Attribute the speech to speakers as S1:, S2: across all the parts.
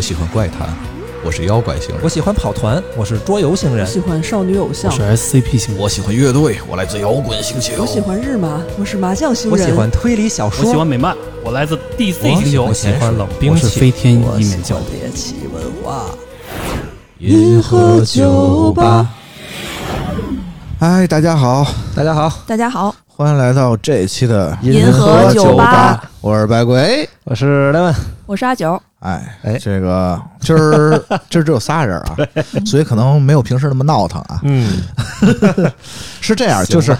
S1: 喜欢怪谈，我是妖怪星人
S2: 我；喜欢跑团，我是桌游星人。
S3: 喜欢少女偶
S4: 我
S3: 像，
S4: 是 SCP 型，
S1: 我喜欢乐队，我来自摇滚星球；
S3: 我喜欢日麻，我是麻将星
S2: 我
S3: 人，
S2: 喜欢推理小说，
S5: 我喜欢美漫，我来自 DC 星球
S2: 我。喜欢冷兵
S4: 我是
S2: 器，
S4: 飞天
S3: 我
S4: 一
S3: 喜
S4: 面教
S3: 欢。猎奇文化。
S1: 银河酒吧。
S6: 嗨，哎大家好，
S2: 大家好，
S3: 大家好，
S6: 欢迎来到这一期的
S3: 银河酒吧，
S6: 我是白鬼。
S2: 我是莱文。
S3: 我是阿九，
S6: 哎
S2: 哎，
S6: 这个今儿今儿只有仨人 啊，所以可能没有平时那么闹腾啊。
S2: 嗯，
S6: 是这样，
S2: 行
S6: 就
S2: 吧
S6: 是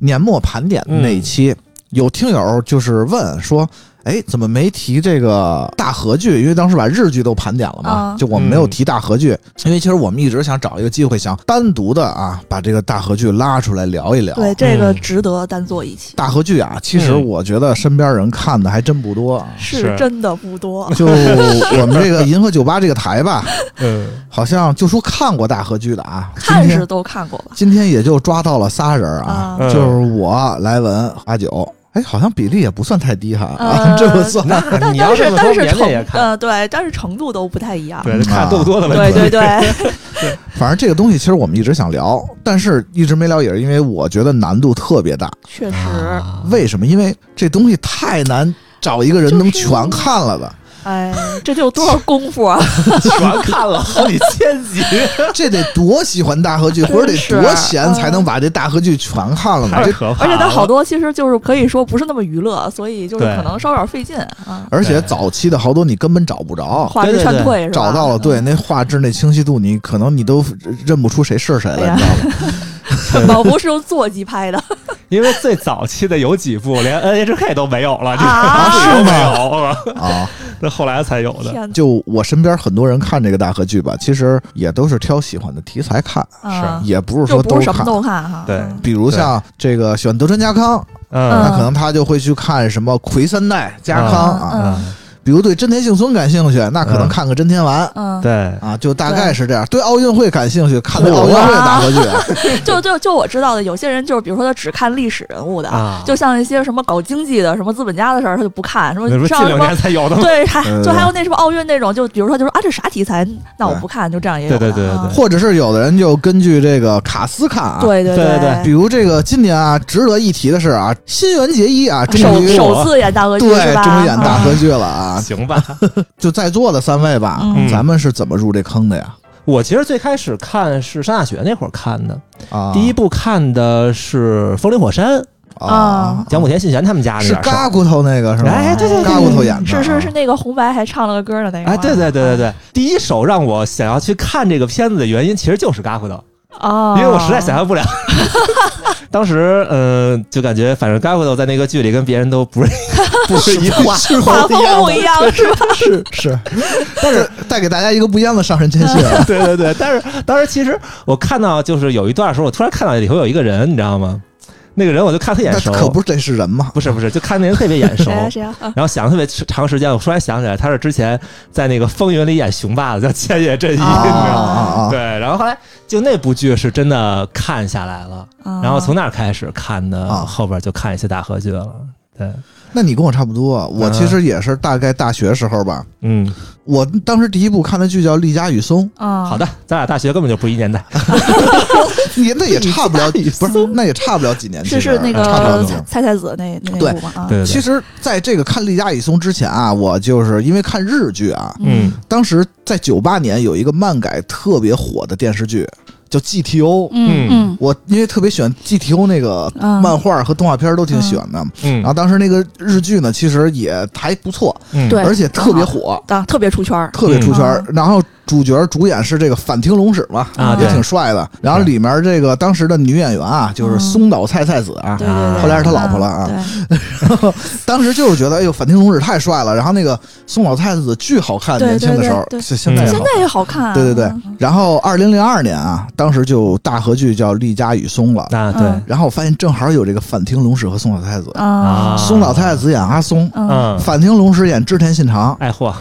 S6: 年末盘点
S2: 嗯
S6: 那一期，有听友就是问说。哎，怎么没提这个大合剧？因为当时把日剧都盘点了嘛，
S3: 啊
S6: 就我们没有提大合剧，
S2: 嗯
S6: 因为其实我们一直想找一个机会，想单独的啊，把这个大合剧拉出来聊一聊。
S3: 对这个值得单做一期，
S6: 大合剧啊，其实
S5: 嗯
S6: 我觉得身边人看的还真不多啊。
S3: 是真的不多。
S6: 就我们这个银河酒吧这个台吧，
S2: 嗯，
S6: 好像就说看过大合剧的啊，今
S3: 看是
S6: 天啊
S3: 都看过了
S6: 今天也就抓到了仨人啊，
S3: 啊，
S2: 嗯
S6: 就是我莱文阿九，哎，好像比例也不算太低哈，啊
S3: 呃，
S6: 这么算
S2: 那
S3: 但
S2: 你
S3: 但
S2: 要
S3: 是
S2: 这么
S3: 但
S2: 说，
S3: 是
S2: 别人也
S3: 程
S2: 看，
S3: 呃对，但是程度都不太一样。
S2: 对，看够多的了。
S3: 啊对对对，
S6: 反正这个东西其实我们一直想聊，但是一直没聊，也是因为我觉得难度特别大。
S3: 确实，
S6: 为什么？因为这东西太难找一个人能
S3: 就是
S6: 全看了 的，
S3: 哎，这得有多少功夫啊？
S2: 全看了好几千集，
S6: 这得多喜欢大合剧，
S3: 真
S6: 或者得
S3: 是
S6: 多闲才能
S3: 嗯
S6: 把这大合剧全看了 呢？
S5: 太
S6: 这
S5: 可怕
S3: 而
S5: 了！
S3: 且它好多其实就是可以说不是那么娱乐，所以就是
S5: 对
S3: 可能稍有点费劲啊。
S6: 而且早期的好多你根本找不着，
S3: 话是劝退是吧？
S6: 找到了，对，那画质那清晰度，你可能你都认不出谁是谁
S3: 哎呀
S6: 了，你知道吗？
S3: 老吴是用座机拍的
S5: 因为最早期的有几部 连 NHK 都没有了，这
S3: 啊，
S5: 都没有了，
S6: 啊，
S5: 那后来才有的。
S3: 天
S6: 就我身边很多人看这个大合剧吧，其实也都是挑喜欢的题材看，
S3: 啊，
S6: 也不是
S3: 就
S6: 说
S3: 不
S6: 都
S3: 是什么
S6: 看。
S3: 都看哈。
S5: 对
S3: 嗯
S6: 比如像这个喜欢德川家康，
S5: 嗯
S6: 那可能他就会去看什么魁三代家
S5: 嗯
S6: 康啊。
S5: 嗯，
S6: 比如对真田幸村感兴趣，那可能
S5: 嗯
S6: 看个真田丸
S3: 嗯，
S5: 对，
S6: 啊，就大
S3: 对
S6: 概是这样。对奥运会感兴趣，看那奥运会的大 合剧。
S3: 就就就我知道的，有些人就是比如说他只看历史人物的，
S5: 啊
S3: 就像一些什么搞经济的、什么资本家的事儿，他就不看。什么
S5: 那不是
S3: 上
S5: 近
S3: 什
S5: 两
S3: 么
S5: 年才有 的吗？
S3: 对，还
S6: 嗯
S3: 就还有那什么奥运那种，就比如说就说啊，这啥题材？那我
S6: 对
S3: 不看，就这样也有的。
S5: 对对对对
S3: 啊
S6: 或者是有的人就根据这个卡斯看啊，
S3: 对对
S5: 对对
S3: 对
S6: 比如这个今年啊，值得一提的是啊，新垣结衣啊，终
S3: 首
S6: 于
S3: 首次演大合剧
S6: 对
S3: 是吧？
S6: 终于演大
S3: 啊
S6: 合剧了啊！
S5: 行吧，
S6: 就在座的三位吧
S3: 嗯，
S6: 咱们是怎么入这坑的呀？
S2: 我其实最开始看是上大学那会儿看的，
S6: 啊，
S2: 第一部看的是《风林火山》，
S6: 啊，
S2: 蒋武田信贤他们家那
S6: 是
S2: 点事儿
S6: 嘎。骨头那个是吗？
S2: 哎对对对
S6: 嘎骨头演的，嗯
S3: 是是是，。那个红白还唱了个歌的那个吗。
S2: 哎，对对对对对，第一首让我想要去看这个片子的原因，其实就是《嘎咕的》。
S3: 哦，
S2: 因为我实在想象不了。当时，呃，就感觉反正 g a v 在那个剧里跟别人都不是不是一挂，
S6: 是
S3: 画风不一
S6: 样
S3: 样是吧？
S6: 的，是是，但是带给大家一个不一样的上神天信啊，
S2: 对对对。但是当时其实我看到就是有一段的时候，我突然看到里头有一个人，你知道吗？那个人我就看特眼
S6: 那
S2: 熟，
S6: 可不是这是人嘛？
S2: 不是不是，就看那人特别眼熟
S3: 谁。呀谁呀？啊
S2: 然后想了特别长时间，我突然想起来，他是之前在那个《风云》里演雄霸的，叫千叶正义，你知
S6: 啊
S2: 道吗？
S6: 啊啊！
S2: 对，然后后来就那部剧是真的看下来了，
S3: 啊
S2: 然后从那儿开始看的，
S6: 啊
S2: 后边就看一些大合剧了。对，
S6: 那你跟我差不多，我其实也是大概大学时候吧，
S2: 嗯，
S6: 我当时第一部看的剧叫《丽佳与松》，
S3: 啊，
S2: 好的，咱俩大学根本就不一年代。
S6: 啊你那也差不了，不是那也差不了几年。
S3: 是
S6: 其实
S3: 是那
S6: 嗯差不了
S3: 个
S6: 几年。
S3: 菜菜子那那
S6: 对
S3: 部嘛啊，
S2: 对
S6: 其实，在这个看《丽佳与松》之前啊，我就是因为看日剧啊，
S2: 嗯
S6: 当时在九八年有一个漫改特别火的电视剧叫 GTO，
S3: 嗯
S6: 我因为特别喜欢 GTO 那个
S3: 嗯
S6: 漫画和动画片都挺喜欢的，
S2: 嗯
S6: 然后当时那个日剧呢，其实也还不错，
S2: 嗯
S3: 对
S6: 而且特别火，
S3: 啊，特别出圈儿
S6: 特别出圈儿
S3: 嗯。
S6: 然后主角主演是这个反町隆史嘛，
S2: 啊，
S6: 也
S2: 对，嗯
S6: 挺帅的。然后里面这个当时的女演员啊，就是松岛菜菜子啊，
S3: 对对对，
S6: 后来是他老婆了啊
S3: 嗯
S6: 当时就是觉得，哎呦，反町隆史太帅了，然后那个松岛菜菜子巨好看，
S3: 对
S6: 年轻的时候
S3: 对对，对
S6: 现现在
S3: 对。
S6: 也
S3: 现
S6: 好
S3: 在也好看啊，
S6: 哎对对对，然后二零零二年啊，当时就大合剧叫《丽佳与松》了，
S3: 嗯
S2: 啊对
S6: 然后我发现正好有这个反町隆史和松岛菜菜子，
S3: 啊，
S6: 松岛菜菜子演阿松，
S3: 嗯，
S2: 嗯，
S6: 反町隆史演织田信长，
S2: 爱货，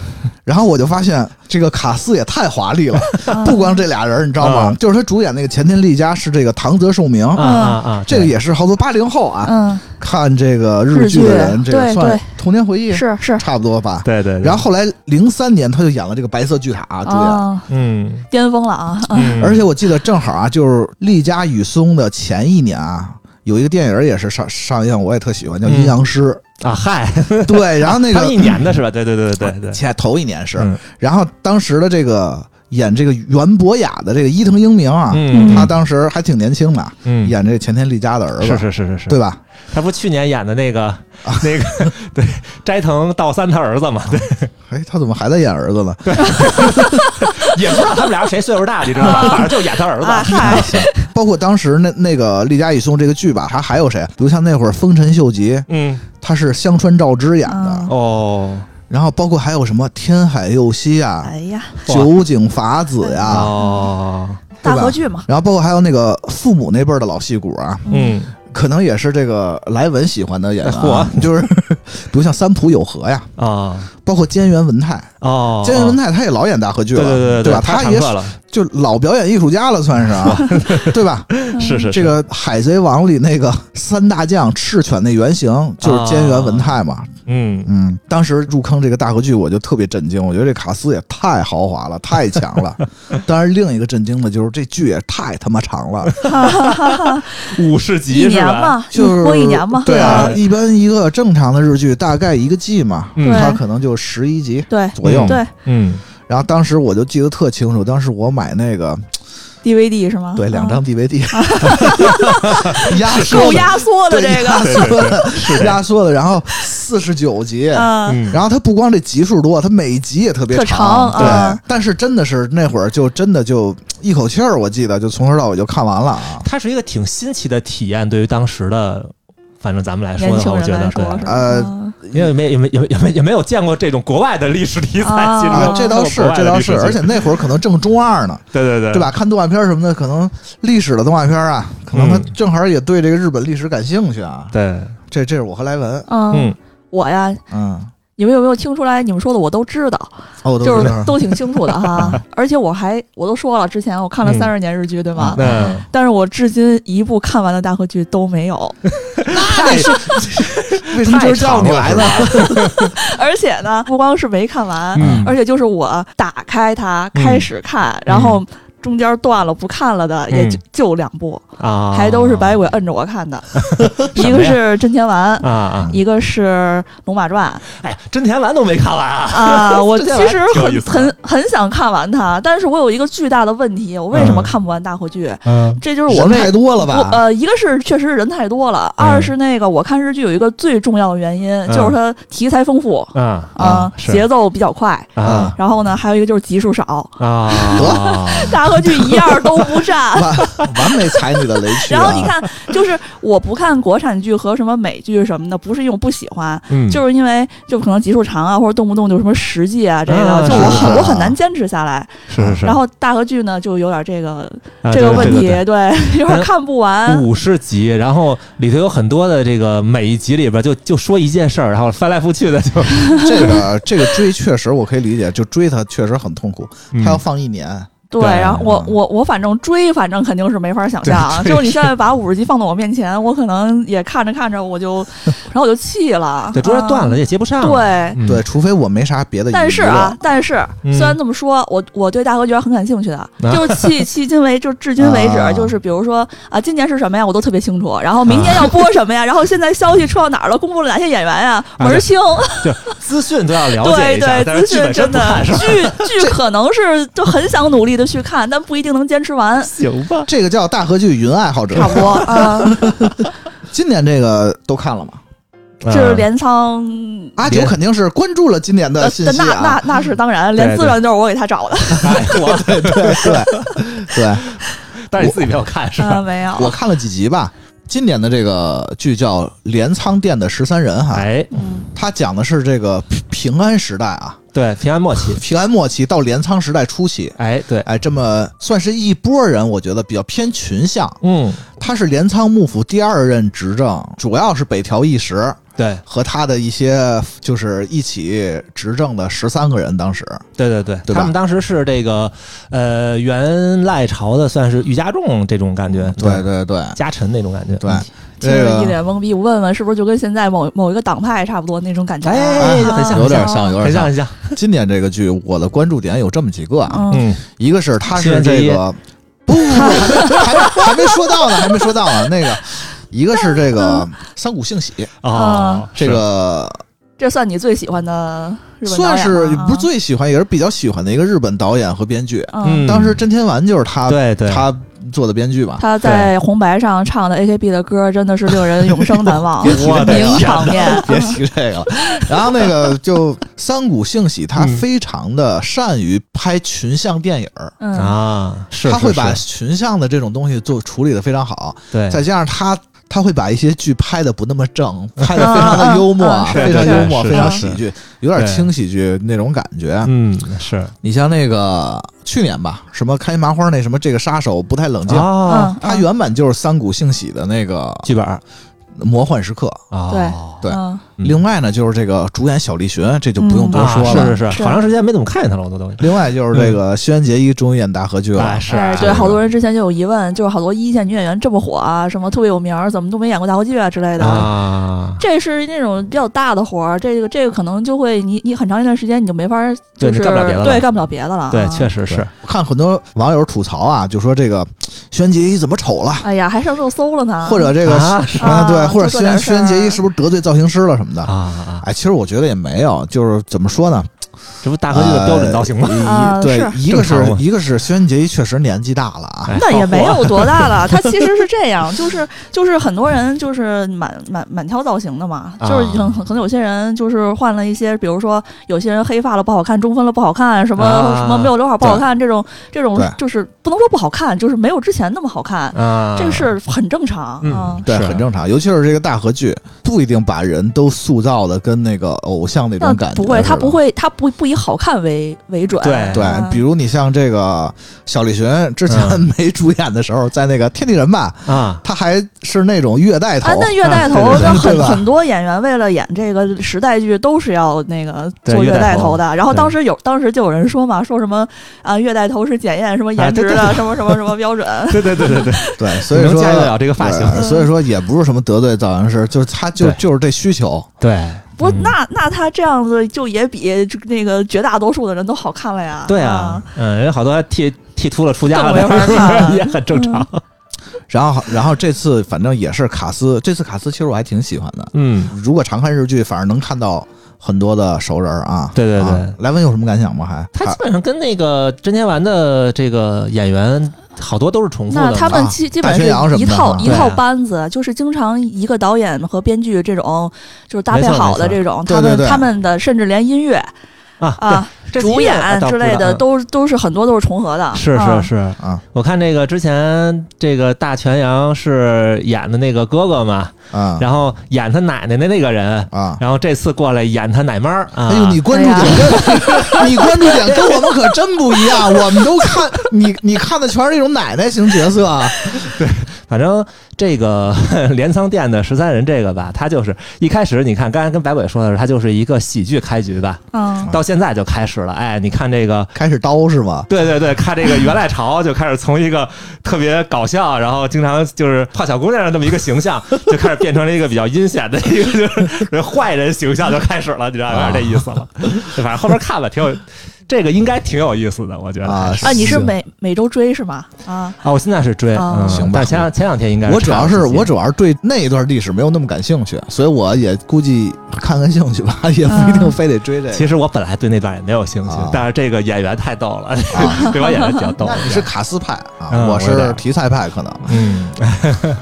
S6: 然后我就发现这个卡斯也太华 丽了，
S3: 嗯
S6: 不光这俩人，你知道吗
S2: 嗯？
S6: 就是他主演那个前田利家是这个唐泽寿明，
S2: 啊啊啊，
S6: 这个也是好多八零后啊，
S3: 嗯，
S6: 看这个日剧的人，
S3: 日
S6: 这
S3: 剧
S6: 个
S3: 对
S6: 算
S3: 对
S6: 童年回忆，
S3: 嗯是是，
S6: 差不多吧。
S2: 对对，对
S6: 然后后来零三年他就演了这个《白色巨塔》主演，
S3: 啊，
S2: 嗯
S3: 巅峰了啊！嗯
S2: 嗯，
S6: 而且我记得正好啊，就是丽佳与松的前一年啊，有一个电影也是上上映，我也特喜欢，叫《阴阳 师
S2: 啊嗨，》。
S6: 对，然后那
S2: 嗯他们
S6: 个啊
S2: 一年的是吧？对对对对对对，
S6: 前头一年是，
S2: 嗯
S6: 然后当时的这个演这个袁博雅的这个伊藤英明啊，
S2: 嗯
S6: 他当时还挺年轻的，
S2: 嗯，
S6: 演这前田利家的儿子，
S2: 是是是是是，
S6: 对啊吧？
S2: 他不去年演的那个那个对斋藤道三他儿 子嘛？对，
S6: 哎，他怎么还在演儿子呢？
S2: 也不知道他们俩谁岁数大，你知道吧？反正就演他儿
S3: 啊
S2: 子。
S3: 嗨，
S6: 包括当时那那个《丽家与松》这个剧吧，还还有谁？比如像那会儿丰臣秀吉，
S2: 嗯
S6: 他是香川照之演的
S3: 嗯，
S2: 哦
S6: 然后包括还有什么天海佑希啊、
S3: 哎呀，
S2: 哇
S6: 酒井法子呀、
S2: 哦
S3: 大合剧嘛，
S6: 然后包括还有那个父母那辈儿的老戏骨啊，
S2: 嗯
S6: 可能也是这个莱文喜欢的演员、啊，
S2: 嚯
S6: 就是 比如像三浦友和呀，
S2: 啊
S6: 包括菅原文太，
S2: 哦，
S6: 菅原文太他也老演大合剧
S2: 对
S6: 了，
S2: 对对
S6: 吧？
S2: 他
S6: 他
S2: 谈
S6: 也
S2: 过了，
S6: 就老表演艺术家了，算是啊， 对吧？
S2: 是是
S6: 这
S2: 是
S6: 个《海贼王》里那个三大将赤犬那原型
S2: 啊
S6: 就是菅原文太嘛，
S2: 嗯
S6: 嗯，当时入坑这个大合剧，我就特别震惊，我觉得这卡斯也太豪华了，太强 了。当然，另一个震惊的就是这剧也太他妈长了，
S2: 五十
S3: 一
S2: 集是
S3: 年
S2: 吧？
S3: 嘛，
S6: 就是
S3: 播一年嘛，嗯
S6: 对啊，
S2: 对
S6: 一般一个正常的日剧大概一个季嘛，
S2: 嗯
S6: 它可能就十一集
S3: 对
S6: 左右。
S3: 对
S2: 嗯
S6: 然后当时我就记得特清楚，当时我买那个
S3: DVD 是吗？
S6: 对两
S3: 啊
S6: 张 DVD，压缩的
S3: 够压缩的
S6: 对
S3: 这
S6: 压
S3: 个，
S6: 缩的，压缩的，然后四十九集。
S3: 嗯，
S2: 嗯，
S6: 然后它不光这集数多，它每集也特别
S3: 特长
S6: 对、
S3: 嗯
S6: 但是真的是那会儿就真的就一口气儿，我记得就从头到尾就看完了啊。
S2: 它是一个挺新奇的体验，对于当时的，反正咱们来说
S3: 年
S2: 的话，
S3: 轻
S2: 我
S3: 人
S2: 觉
S3: 来
S2: 得
S3: 说
S2: 对，
S3: 是吧？
S6: 呃
S3: 嗯
S2: 因为没也没也没也没也没有见过这种国外的历史题材，
S3: 啊
S2: 其实
S6: 啊，这倒
S2: 看过
S6: 是
S2: 国，外
S6: 这
S2: 的
S6: 倒
S2: 历史
S6: 是，
S2: 题
S6: 而且那会儿可能正中二
S3: 嗯
S6: 呢，
S2: 对对对，
S6: 对吧？看动画片什么的，可能历史的动画片啊，可能他
S2: 嗯
S6: 正好也对这个日本历史感兴趣啊。
S2: 对，
S6: 这这是我和莱文，
S3: 嗯
S2: 嗯，
S3: 我呀，
S6: 嗯，
S3: 你们有没有听出来？你们说的我都知道，
S6: 哦，我
S3: 就
S6: 都知
S3: 是
S6: 道，
S3: 都挺清楚的哈。 而且我还我都说了，之前我看了
S2: 嗯
S3: 三十年日剧，对吗？
S2: 那
S3: 但是我至今一部看完的大合剧都 没有，
S6: 那是为什么今儿叫你来呢？
S3: 而且呢，不光是没看完，
S2: 嗯
S3: 而且就是我打开它
S2: 嗯
S3: 开始看，然后中间断了不看了的，也就
S2: 嗯
S3: 就两部，
S2: 啊，
S3: 还都是百鬼摁着我 看的，
S2: 什么呀
S3: 一个是《真田丸》。
S2: 啊啊，
S3: 一个是《龙马传
S2: 哎呀，真田丸都没看完啊，》
S3: 啊，我
S2: 真
S3: 其
S2: 田丸
S3: 实
S2: 挺有意
S3: 很
S2: 思啊的
S3: 很很想看完它，但是我有一个巨大的问题，我为什么看不完大火剧？
S2: 嗯
S3: 这就是我
S6: 人
S3: 为
S6: 太多了
S3: 我
S6: 吧？
S3: 呃，一个是确实人太多了，
S2: 嗯
S3: 二是那个我看日剧有一个最重要的原因，就是它题材丰富
S2: 啊
S3: 啊、
S2: 是
S3: 节奏比较快。
S2: 啊
S3: 然后呢，还有一个就是集数少，
S2: 啊，
S3: 大合剧一样都不 占。
S6: 完完美踩你的雷区、啊。
S3: 然后你，看，就是我不看国产剧和什么美剧什么的，不是因为我不喜欢，
S2: 嗯，
S3: 就是因为就可能集数长啊，或者动不动就什么十季啊，这个、
S2: 啊
S3: 就我
S6: 是是
S3: 很
S6: 是
S3: 我很难坚持下来。
S2: 是是是，
S3: 然后大合剧呢，就有点这个、
S2: 啊
S3: 这
S2: 对
S3: 个问
S2: 对
S3: 题，啊
S2: 对
S3: 对，有点
S2: 嗯
S3: 看不完。
S2: 五十集，然后里头有很多的这个每一集里边就就说一件事儿，然后翻来覆去的就，
S6: 这个这个追确实我可以理解，就追他确实很痛苦，
S2: 嗯
S6: 他要放一年，
S3: 对，
S2: 对
S3: 然后我
S6: 嗯
S3: 我我反正追，反正肯定是没法想象啊。
S2: 对
S3: 就是你现在把五十集放到我面前，我可能也看着看着 我就，然后我就气了，
S2: 对，中间断了
S3: 啊
S2: 也接不上，
S3: 对，
S2: 嗯
S6: 对，，除非我没啥别的。
S3: 但是啊，，但是
S2: 嗯啊
S3: 虽然这么说，我我对大河剧还很感兴趣的，就是 迄迄今为就至今为
S6: 啊
S3: 止，就是比如说啊，今年是什么呀，我都特别清楚。然后明
S2: 啊
S3: 年要播什么呀？然后现在消息出到哪儿了？公布了哪些演员呀？
S2: 啊
S3: 门儿清，
S2: 资讯都要了解
S3: 对
S2: 一下，
S3: 对，
S2: 但是
S3: 资
S2: 剧
S3: 讯
S2: 本身
S3: 真
S2: 不
S3: 的
S2: 看是 吧？
S3: 剧剧可能是就很想努力的去看，但不一定能坚 持完。
S2: 行吧，
S6: 这个叫大合剧云爱 好者。
S3: 差不多啊，
S6: 今年这个都看了吗？
S2: 啊
S6: 嗯
S3: 就是镰仓
S6: 阿九肯定是关注了今年的
S3: 嗯呃
S6: 信息
S3: 那
S6: 啊，
S3: 那那是当然，连
S2: 对
S3: 资源都是我给他找的，
S2: 哎 我，
S6: 对对对对，
S2: 但是你自己没有看是吧？
S3: 嗯，没有，
S6: 我看了几集吧。今年的这个剧叫《镰仓殿的十三人》哈，
S2: 哎，
S3: 嗯
S6: 它讲的是这个平平安时代啊，
S2: 对，平安末期，
S6: 平安末期到镰仓时代初期，
S2: 哎，对，
S6: 哎，这么算是一波人，我觉得比较偏群像。
S2: 嗯，
S6: 他是镰仓幕府第二任执政，主要是北条义时
S2: 对，
S6: 和他的一些就是一起执政的十三个人，当时
S2: 对对对，
S6: 对吧
S2: 他们当时是这个呃元赖朝的，算是御家众这种感觉，
S6: 嗯对对对
S2: 家臣那种感觉，
S6: 对
S2: 嗯，
S3: 听着一脸懵逼，我问问是不是就跟现在某某一个党派差不多那种感觉啊？
S7: 哎很像
S6: 有点像，有
S2: 很
S6: 点
S2: 像很像，
S6: 今年这个剧，我的关注点有这么几个啊，
S3: 嗯，
S2: 嗯，
S6: 一个是他
S2: 西
S6: 是
S2: 园之
S6: 这
S2: 一
S6: 个，不不 不，还没还没还没说到呢，还没说到呢。那个，一个是这个三谷幸喜，
S2: 哦，
S6: 这个
S3: 这算你最喜欢的日本导
S6: 算
S3: 演啊
S6: 是
S3: 吗
S6: 不是最喜欢，也是比较喜欢的一个日本导演和编剧。
S3: 嗯，
S2: 嗯
S6: 当时真田丸就是他，
S2: 对对，
S6: 他做的编剧吧。
S3: 他在红白上唱的 AKB 的歌真的是令人永生难 忘，
S6: 别提
S2: 我的
S3: 名
S2: 天
S3: 场面。
S6: 别提这个了，然后那个就三谷幸喜，他
S2: 嗯
S6: 非常的善于拍群像电影儿，
S3: 嗯，
S2: 啊，是
S6: 他
S2: 是
S6: 会把
S2: 是哎
S6: 群像的这种东西做处理的非常好。
S2: 对
S6: 再加上他他会把一些剧拍的不那么正，拍的非常的幽默，啊
S3: 嗯嗯
S2: 嗯
S6: 非常
S2: 是
S6: 幽默，
S2: 是
S6: 非常
S3: 是
S6: 喜剧，有点轻喜剧那种感觉。
S2: 嗯是
S6: 你像那个去年吧，什么开心麻花那什么这个杀手不太冷静。
S2: 啊
S3: 嗯，
S6: 它原本就是三谷幸喜的那个
S2: 剧本儿
S6: 魔幻时刻，
S2: 哦
S6: 对
S3: 嗯
S2: 嗯
S6: 另外呢就是这个主演小栗旬，这就不用多
S2: 啊
S6: 说了。
S2: 是是
S3: 是
S2: 是，好长时间没怎么看见他了，我都都
S6: 另外就是这个轩辕杰一终于演大合剧了
S2: 嗯哎，是
S3: 哎，对，好多人之前就有疑问，就是好多一线女演员这么火啊，什么特别有名儿，怎么都没演过大合剧啊之类的。
S2: 啊，
S3: 这是那种比较大的活儿，这个这个可能就会你你很长一段时间你就没法儿
S2: 对
S3: 就是
S2: 你干不了别的了
S3: 对干不了别的了啊。
S2: 对，确实是
S6: 对我看很多网友吐槽啊，就说这个轩辕杰一怎么丑了，
S3: 哎呀，还上热搜了呢。
S6: 或者这个
S2: 啊
S6: 啊，对，
S3: 啊
S6: 或者
S3: 就
S6: 轩
S3: 这点事儿
S6: 轩辕杰一是不是得罪造型师了什么的？
S2: 啊啊，
S6: 哎，其实我觉得也没有，就是怎么说呢？
S2: 这不大合剧的标准造型吗？
S6: 一
S3: 啊
S6: 对
S3: 是，
S6: 一个
S2: 嗯正常
S6: 是
S2: 嘛
S6: 一个是轩辕杰一确实年纪大了啊，
S2: 哎
S3: 那也没有多 大了，他其实是这样，就是就是很多人就是满满满挑造型的嘛，
S2: 啊
S3: 就是很可能有些人就是换了一些，比如说有些人黑发了不好看，中分了不好看，什么、
S2: 啊
S3: 什么没有刘海不好看，这种这种
S6: 对
S3: 就是不能说不好看，就是没有之前那么好看，
S2: 啊，
S3: 这个是很正常
S2: 嗯
S3: 啊。
S6: 对，
S2: 是
S6: 很正常。尤其是这个大合剧，不一定把人都塑造的跟那个偶像那
S3: 那
S6: 种感觉。
S3: 不会，他
S6: 是吧
S3: 不。会，他不不以好看为为准。
S2: 对
S6: 对嗯
S3: 啊，
S6: 比如你像这个小栗旬之前
S2: 哎嗯
S6: 没主演的时候，在那个《天地人》吧，
S2: 啊，
S6: 他还是那种月带头
S3: 啊，，那月带头，
S2: 啊对对对
S3: 那
S6: 对
S3: 很
S6: 吧
S3: 很多演员为了演这个时代剧，都是要那个
S2: 对
S3: 做
S2: 月
S3: 月
S2: 带
S3: 带
S2: 头
S3: 头的。然后
S2: 对
S3: 当时有，当时就有人说嘛，说什么啊，月带头是检验
S6: 啊
S3: 什么颜值的，什么什么什么 标准。
S2: 对对对对对，
S6: 对，所以
S2: 能
S6: 说
S2: 驾驭得了这个发型
S6: 对所以说也不是什么得罪造型师，就是他就
S2: 对
S6: 就是这需求，
S2: 对，
S3: 不，
S2: 嗯
S3: 那那他这样子就也比这那个绝大多数的人都好看了呀。
S2: 对啊，，嗯，人家好多还剃剃秃了出家了
S3: 这我没法 看
S2: 也很正常。
S6: 然后，然后这次反正也是卡斯，这次卡斯其实我还挺喜欢的。
S2: 嗯，
S6: 如果常看日剧，反而能看到很多的熟人啊。
S2: 对对对
S6: 啊莱文有什么感想吗？还
S2: 他
S6: 还
S2: 基本上跟那个真田丸的这个演员好多都是重复的
S3: 那
S2: 嘛，
S3: 他们
S6: 啊
S3: 基基
S6: 大
S3: 本
S6: 宣扬什
S3: 是
S6: 么
S3: 一
S6: 的
S3: 套
S6: 啊
S3: 一
S2: 对
S3: 套
S2: 啊
S3: 班子，就是经常一个导演和编剧这种，就是搭
S2: 没
S3: 配
S2: 错没
S3: 好的
S2: 错
S3: 这种，
S6: 对
S3: 他
S6: 对
S3: 们
S6: 对
S3: 他们的甚至连音乐
S2: 啊
S3: 啊、
S2: 对这
S3: 主
S2: 次也
S3: 演
S2: 倒
S3: 之
S2: 不知
S3: 类
S2: 道
S3: 的
S2: 嗯
S3: 都都是很多都是重合的。
S2: 是
S3: 啊
S2: 是是，
S6: 啊
S2: 我看这个之前这个大泉洋是演的那个哥哥嘛，
S6: 啊
S2: 然后演他奶奶的那个人，
S6: 啊！
S2: 然后这次过来演他奶妈儿啊。
S6: 哎呦，你关注点跟你关注点跟我们可真不一样，我们都看你你看的全是那种奶奶型角色啊。
S2: 反正这个 镰仓店的十三人这个吧，他就是一开始你看刚才跟白鬼说的是，他就是一个喜剧开局吧，
S3: 嗯，
S2: 到现在就开始了。哎，你看这个
S6: 开始刀是吗？
S2: 对对对，看这个源赖朝就开始从一个特别搞笑，然后经常就是怕小姑娘的这么一个形象，就开始变成了一个比较阴险的一个就是坏人形象，就开始了，你知道有点这意思
S6: 啊
S2: 了。反正后边看了挺有，这个应该挺有意思的，我觉得
S6: 啊
S2: 还
S3: 啊，你是
S6: 行
S3: 每每周追是吗？啊，
S2: 啊，我现在是追，
S3: 啊
S2: 嗯，
S6: 行吧
S2: 但前两前两天应该
S6: 我主要
S2: 看
S6: 是
S2: 了几集
S6: 我主要是对那一段历史没有那么感兴趣，所以我也估计看看兴趣吧， 也不一定
S3: 嗯
S6: 非得追这个。
S2: 其实我本来对那段也没有兴趣
S6: 啊，
S2: 但是这个演员太逗了，
S6: 啊
S2: 对吧？演员比较逗
S6: 那。你是卡斯派啊，
S2: 嗯
S6: 我
S2: 我有点
S6: 是
S2: 儿
S6: 题材派，可能。
S2: 嗯，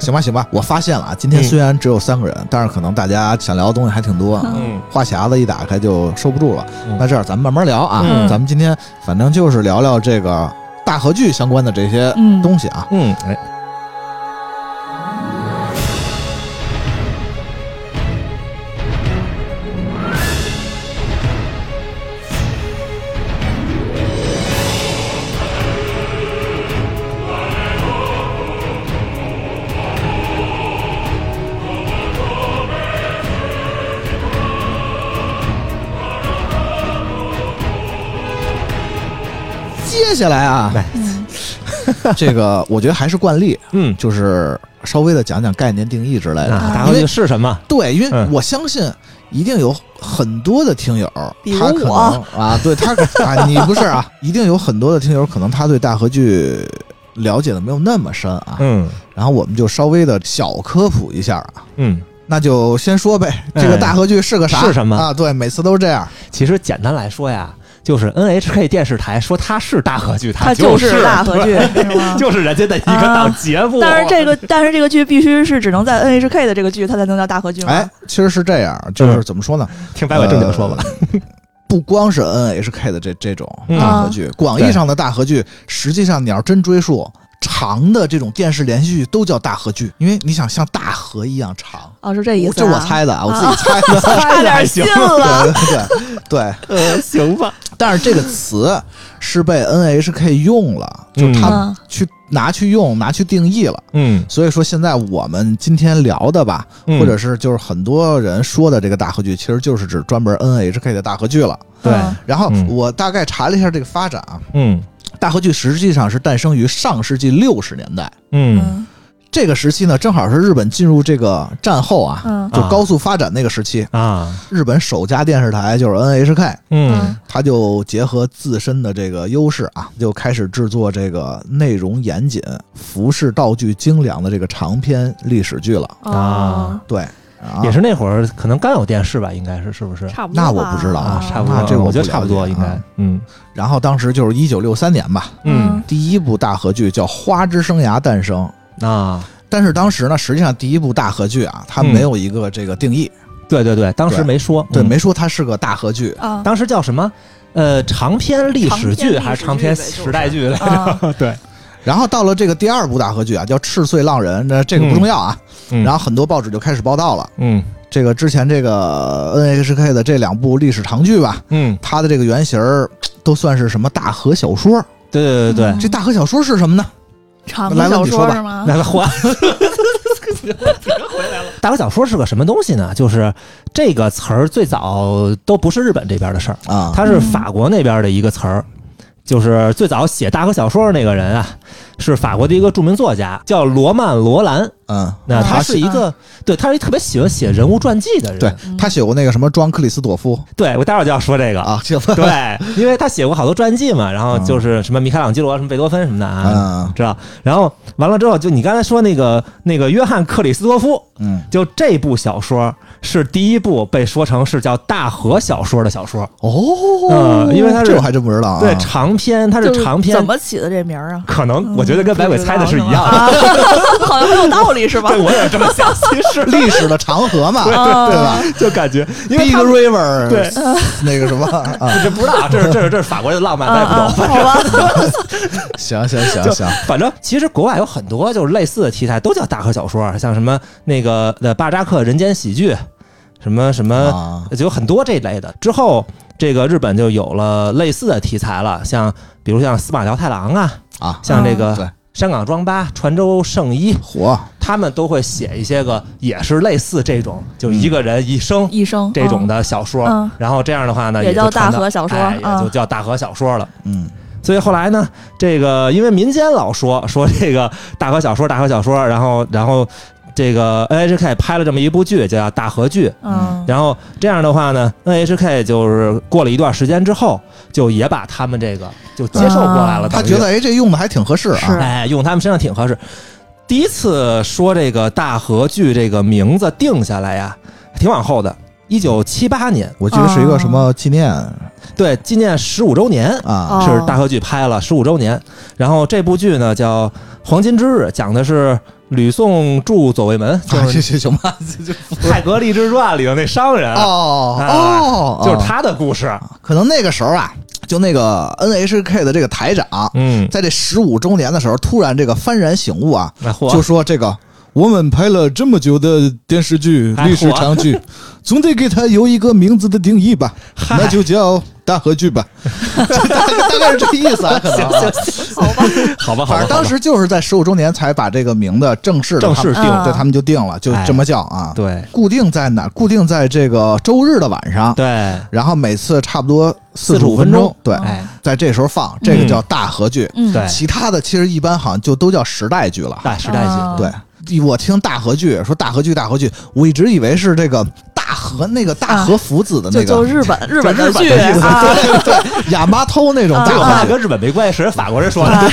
S6: 行吧，行吧，我发现了啊，今天虽然只有三个人，但是可能大家想聊的东西还挺多啊。
S2: 嗯
S6: 话匣子一打开就收不住了，
S2: 嗯
S6: 那这样咱们慢慢聊啊。
S2: 嗯
S6: 咱们今天反正就是聊聊这个大合剧相关的这些
S3: 嗯
S6: 东西啊。
S2: 嗯，哎，
S6: 接下来啊，
S2: 来
S6: 啊 这个我觉得还是惯例，
S2: 嗯
S6: 就是稍微的讲讲概念定义之类的。
S2: 啊，大合剧是什么？
S6: 对，因为
S2: 嗯
S6: 我相信一定有很多的听友，
S3: 比如
S6: 他可能啊，对他啊，你不是 啊，一定有很多的听友，可能他对大合剧了解的没有那么深啊。
S2: 嗯
S6: 然后我们就稍微的小科普一下啊。
S2: 嗯，
S6: 那就先说呗，这个大合剧是个啥？
S2: 哎是什么
S6: 啊？对，每次都是这样。
S2: 其实简单来说呀，就是 NHK 电视台说它是大合剧，
S3: 它
S2: 就是
S3: 大合剧，是吗
S2: 对，？ 就是人家的一个
S3: 啊
S2: 档节目。
S3: 但是这个，但是这个剧必须是只能在 NHK 的这个剧，它才能叫大合剧吗？
S6: 哎，其实是这样，
S2: 嗯
S6: 就是怎么说呢？
S2: 听白板正经说 吧，
S6: 呃不光是 NHK 的这这种
S2: 嗯
S6: 大合剧，
S3: 啊
S6: 广义上的大合剧，实际上你要真追溯长的这种电视连续剧都叫大合剧，因为你想像大河一样长，
S3: 哦，是这意思、啊。
S6: 这我猜的啊，我自己猜 的。
S3: 差点信了。
S6: 对对对，
S2: 呃， 行吧，
S6: 但是这个词是被 NHK 用了，就
S2: 嗯
S6: 他们
S3: 嗯，
S6: 去拿去用、拿去定义了。
S2: 嗯，
S6: 所以说，现在我们今天聊的吧，或者是就是很多人说的这个大合剧，其实就是指专门 NHK 的大合剧了。
S2: 对
S3: 嗯
S6: 然后
S2: 嗯
S6: 我大概查了一下这个发展啊，
S2: 嗯
S6: 大合剧实际上是诞生于上世纪六十年代，
S2: 嗯
S3: 嗯
S6: 这个时期呢，正好是日本进入这个战后啊，
S3: 嗯
S6: 就高速发展那个时期，
S2: 啊，
S6: 日本首家电视台就是 NHK，
S2: 嗯
S3: 嗯
S6: 它就结合自身的这个优势啊，就开始制作这个内容严谨、服饰道具精良的这个长篇历史剧了。
S3: 哦，
S6: 对，啊、
S2: 也是那会儿可能刚有电视吧，应该是是不是？
S3: 差不多吧。
S6: 那我不知道
S2: 啊，差不
S6: 那
S2: 多，
S6: 这我
S2: 我觉得
S6: 不了
S2: 差不多
S6: 解
S2: 应该
S6: 啊，
S2: 嗯
S6: 然后当时就是一九六三年吧，
S2: 嗯
S6: 第一部大合剧叫《花之生涯》诞生。
S2: 啊，
S6: 但是当时呢，实际上第一部大合剧啊，它
S2: 嗯
S6: 没有一个这个定义，
S2: 对对对，当时
S6: 对
S2: 没说，
S6: 对，
S2: 嗯
S6: 没说它是个大合剧。
S3: 啊
S2: 当时叫什么？呃，长篇历史
S3: 长篇历
S2: 剧
S3: 史
S2: 还是长篇时代剧来
S3: 啊，
S2: 着？对，
S6: 然后到了这个第二部大合剧啊，叫《赤穗浪人》，那这个不重要啊。
S2: 嗯
S6: 然后很多报纸就开始报道了，
S2: 嗯
S6: 这个之前这个呃 NHK 的这两部历史长剧吧，
S2: 嗯，
S6: 它的这个原型儿都算是什么大河小说？
S2: 对对对对
S3: 嗯
S6: 这大河小说是什么呢？
S3: 长
S6: 来
S3: 篇
S6: 吧
S3: 小
S6: 你说
S3: 说
S6: 吧
S3: 是吗？
S2: 来了，换。大河小说是个什么东西呢？就是这个词儿最早都不是日本这边的事儿，
S6: 啊，
S2: 它是法国那边的一个词儿，就是最早写大河小说的那个人啊，是法国的一个著名作家，叫罗曼·罗兰。
S6: 嗯，
S2: 那
S3: 啊
S2: 他是一个，对，他是一特别喜欢写人物传记的人。
S6: 对，他写过那个什么《庄克里斯朵夫
S2: 对我待会儿就要说这》个。
S6: 啊，这个
S2: 对，因为他写过好多传记嘛，然后就是什么米开朗基罗、什么贝多芬什么的啊，
S6: 嗯
S2: 知道。然后完了之后，就你刚才说那个那个约翰克里斯多夫，
S6: 嗯，
S2: 就这部小说是第一部被说成是叫大河小说的小说，
S6: 哦
S2: 呃，因为它
S6: 这
S2: 是
S6: 我还真不知道啊。
S2: 对长篇，它是
S3: 就是
S2: 长篇
S3: 怎，么嗯起的这名儿啊？
S2: 可能我觉得跟白鬼猜的是一样的，
S3: 的， 好像很有道理是吧
S2: 对，？我也是这么想，其实
S6: 历史的长河 嘛，对吧
S2: 就感觉因为
S6: ？Big
S2: 他
S6: River，
S2: 对，
S6: 那个什么啊，
S2: 这不知道，这是这是这是法国的浪漫，咱也不懂
S3: 啊，。好吧，
S6: 行行行行，
S2: 反正其实国外有很多就是类似的题材，都叫大河小说，像什么那个呃巴扎克人间喜剧，什么什么，
S6: 啊，
S2: 就有很多这类的。之后这个日本就有了类似的题材了，像比如像司马辽太郎啊，
S6: 啊
S2: 像这
S6: 对
S2: 个山岗庄八、船州圣一，
S6: 火
S2: 他们都会写一些个也是类似这种，就一个人一生。
S3: 医生
S2: 这种
S3: 的
S2: 的小说，
S3: 嗯
S2: 然后这样的话呢，
S3: 也
S2: 也就
S3: 叫大
S2: 传到
S3: 河小说
S2: 哎也就
S3: 嗯
S2: 叫大河小说了。
S6: 嗯
S2: 所以后来呢，这个因为民间老说说这个大河小说，大河小说，然后然后这个 NHK 拍了这么一部剧，叫《大河剧》。
S3: 嗯
S2: 然后这样的话呢，NHK 就是过了一段时间之后，就也把他们这个就接受过来了。
S3: 啊
S6: 他
S2: 等于
S6: 觉得哎，这用的还挺合适啊
S3: 是，
S2: 哎，用他们身上挺合适。第一次说这个大河剧这个名字定下来呀，挺往后的，一九七八年，
S6: 我记得是一个什么纪念
S2: 对，纪念十五周年。
S6: 啊，
S2: 是大河剧拍了十五周年。然后这部剧呢叫《黄金之日》，讲的是吕宋驻左卫门，就
S6: 啊
S2: 是
S6: 这这行吧，这就
S2: 《泰格立志传》里的那商 人，
S6: 哦
S2: 啊
S6: 哦，
S2: 就是
S6: 哦，
S2: 他的故事。
S6: 可能那个时候啊，就那个 NHK 的这个台长，
S2: 嗯，
S6: 在这十五周年的时候，突然这个幡然醒悟啊，
S2: 那嚯，
S6: 就说这个。我们拍了这么久的电视剧、
S2: 哎
S6: 历史长剧，总得给它有一个名字的定义吧，
S2: 嗨
S6: 那就叫大合剧吧，大概大概是这意思啊，可能啊。
S3: 好 吧，
S5: 好吧，好
S6: 反
S5: 吧
S6: 正，当时就是在十五周年才把这个名字正式的
S2: 正式
S6: 他
S3: 定
S6: 们对他们就定了，就这么叫啊。
S2: 对
S6: 固定在哪？固定在这个周日的晚上，
S2: 对，
S6: 然后每次差不多四分
S2: 45分钟
S6: 对，
S3: 哎
S6: 在这时候放，这个叫大合剧。
S3: 嗯，
S2: 对
S6: 其他的其实一般好像就都叫时代剧了。
S2: 大时代剧，
S6: 哦
S3: 啊
S6: 对，我听大合剧说大合剧大合剧，我一直以为是这个大和那个大和福子的
S3: 啊就
S6: 那
S3: 就
S6: 个
S3: 日本日本
S2: 就日本
S3: 剧
S2: 的意思
S3: 啊，嗯
S6: 亚麻偷那种
S2: 这个
S6: 大
S2: 话
S6: 合剧。
S2: 跟日本没关系，是人法国人说的。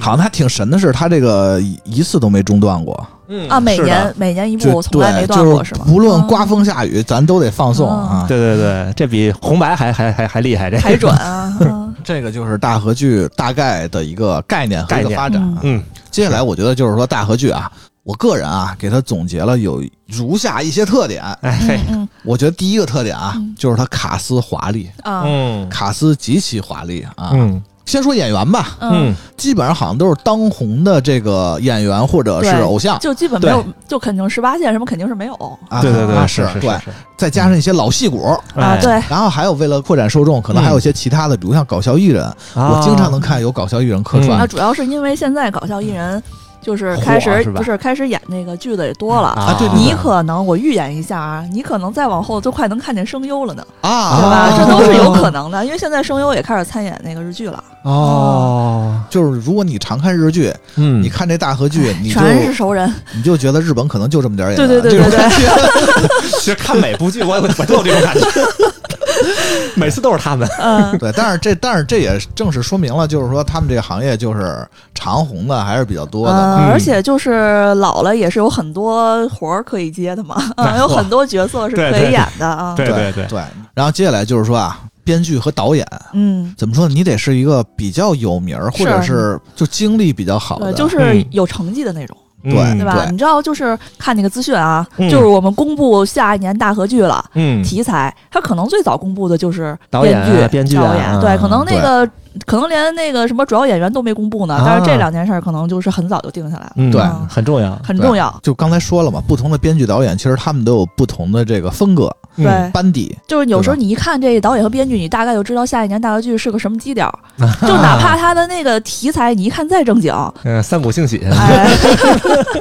S6: 好像他挺神的是，他这个一一次都没中断过，
S2: 嗯
S3: 啊，每
S2: 是的
S3: 年每年一部，
S6: 就
S3: 我从来
S6: 对
S3: 没断过，
S6: 就是
S3: 吗？嗯
S6: 不论 刮风下雨，咱都得放送啊。
S2: 对对对，这比红白还还还还厉害，这
S3: 海转啊， 嗯
S6: 这个就是大合剧大概的一个概念和一个发展啊。
S2: 嗯，
S6: 接下来我觉得就是说大合剧啊，我个人啊给它总结了有如下一些特点。
S2: 哎嘿，
S3: 嗯
S6: 我觉得第一个特点啊，就是它卡斯华丽，
S3: 啊，
S2: 嗯
S6: 卡斯极其华丽啊。
S2: 嗯
S6: 先说演员吧，
S3: 嗯，
S6: 基本上好像都是当红的这个演员或者是
S3: 对
S6: 偶
S2: 嗯
S6: 像
S3: 就基本没有，就肯定十八线什么肯定是没有
S6: 啊，
S2: 对对对
S6: 啊
S2: 是是
S6: 对
S2: 是是，
S6: 再加上一些老戏骨，
S3: 啊，
S2: 哎
S3: 对，
S6: 然后还有为了扩展受众，可
S2: 嗯
S6: 能还有一些其他的，比如像搞笑艺人，我经常能看有搞笑艺人客
S2: 啊嗯
S6: 串
S3: 啊，，主要是因为现在搞笑艺人就是
S2: 火
S3: 开始
S2: 是吧
S3: 不是开始演那个剧的也多了
S2: 啊对对
S3: 你
S6: 对
S3: 可能我预言一下啊，你可能再往后都快能看见声优了呢，对
S6: 啊，
S3: 吧？这都是有 可能的，因为现在声优也开始参演那个日剧了，
S2: 哦，
S6: 就是如果你常看日剧，
S2: 嗯
S6: 你看这大合剧，你就
S3: 全是熟人，
S6: 你就觉得日本可能就这么点儿演
S3: 对
S6: 员，
S3: 对对对对，
S2: 其实看每部剧，我我我都有这种感觉， 每次都是他们。
S3: 嗯，
S6: 对，但是这但是这也正是说明了，就是说他们这个行业就是长红的还是比较多的。
S2: 嗯
S3: 呃，而且就是老了也是有很多活儿可以接 的嘛，嗯，有很多角色是
S2: 对
S3: 可
S2: 对
S3: 以演的啊，
S2: 对
S6: 对
S2: 对
S6: 对。然后接下来就是说啊，编剧和导演
S3: 嗯。
S6: 怎么说呢？你得是一个比较有名儿，或者是就经历比较好的，
S3: 对，就是
S2: 嗯
S3: 有成绩的那种，
S2: 对
S3: 对
S6: 对
S3: 吧？你知道，就是看那个资讯啊，
S2: 嗯
S3: 就是我们公布下一年大合剧了，
S2: 嗯，
S3: 题材，他可能最早公布的就是
S2: 导演啊
S3: 剧、
S2: 编剧啊
S3: 导演，
S2: 嗯
S3: 对，可能那个可能连那个什么主要演员都没公布呢
S2: 啊。
S3: 但是这两件事儿可能就是很早就定下来了，
S2: 嗯
S6: 对
S3: 嗯
S2: 很重要。
S3: 很重要。
S6: 就刚才说了嘛，不同的编剧导演其实他们都有不同的这个风格
S2: 嗯
S3: 对，
S6: 班底。
S3: 就是有时候
S6: 对
S3: 你一看这导演和编剧，你大概就知道下一年大合剧是个什么 基调。就哪怕他的那个题材，你一看再正经，
S2: 嗯，三股兴起，
S3: 哎，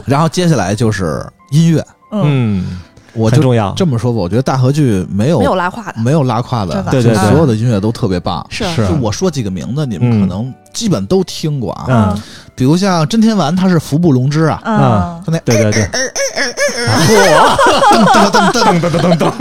S6: 然后接下来就是音乐，
S3: 嗯，
S2: 嗯，
S6: 我
S2: 很
S6: 就
S2: 重要。
S6: 这么说吧，我觉得大合剧没有
S3: 没有拉胯的，
S6: 没有拉胯的
S3: 真，的
S2: 对对对
S6: 所有的音乐都特别棒。
S3: 是
S2: 是啊
S6: 就我说几个名字，你们
S2: 嗯
S6: 可能基本都听过啊，
S2: 嗯
S6: 比如像真天丸，他是服部龙之 啊，
S3: 嗯，
S6: 他那
S2: 对对对，
S6: 噔噔噔噔，
S2: 噔噔噔噔噔，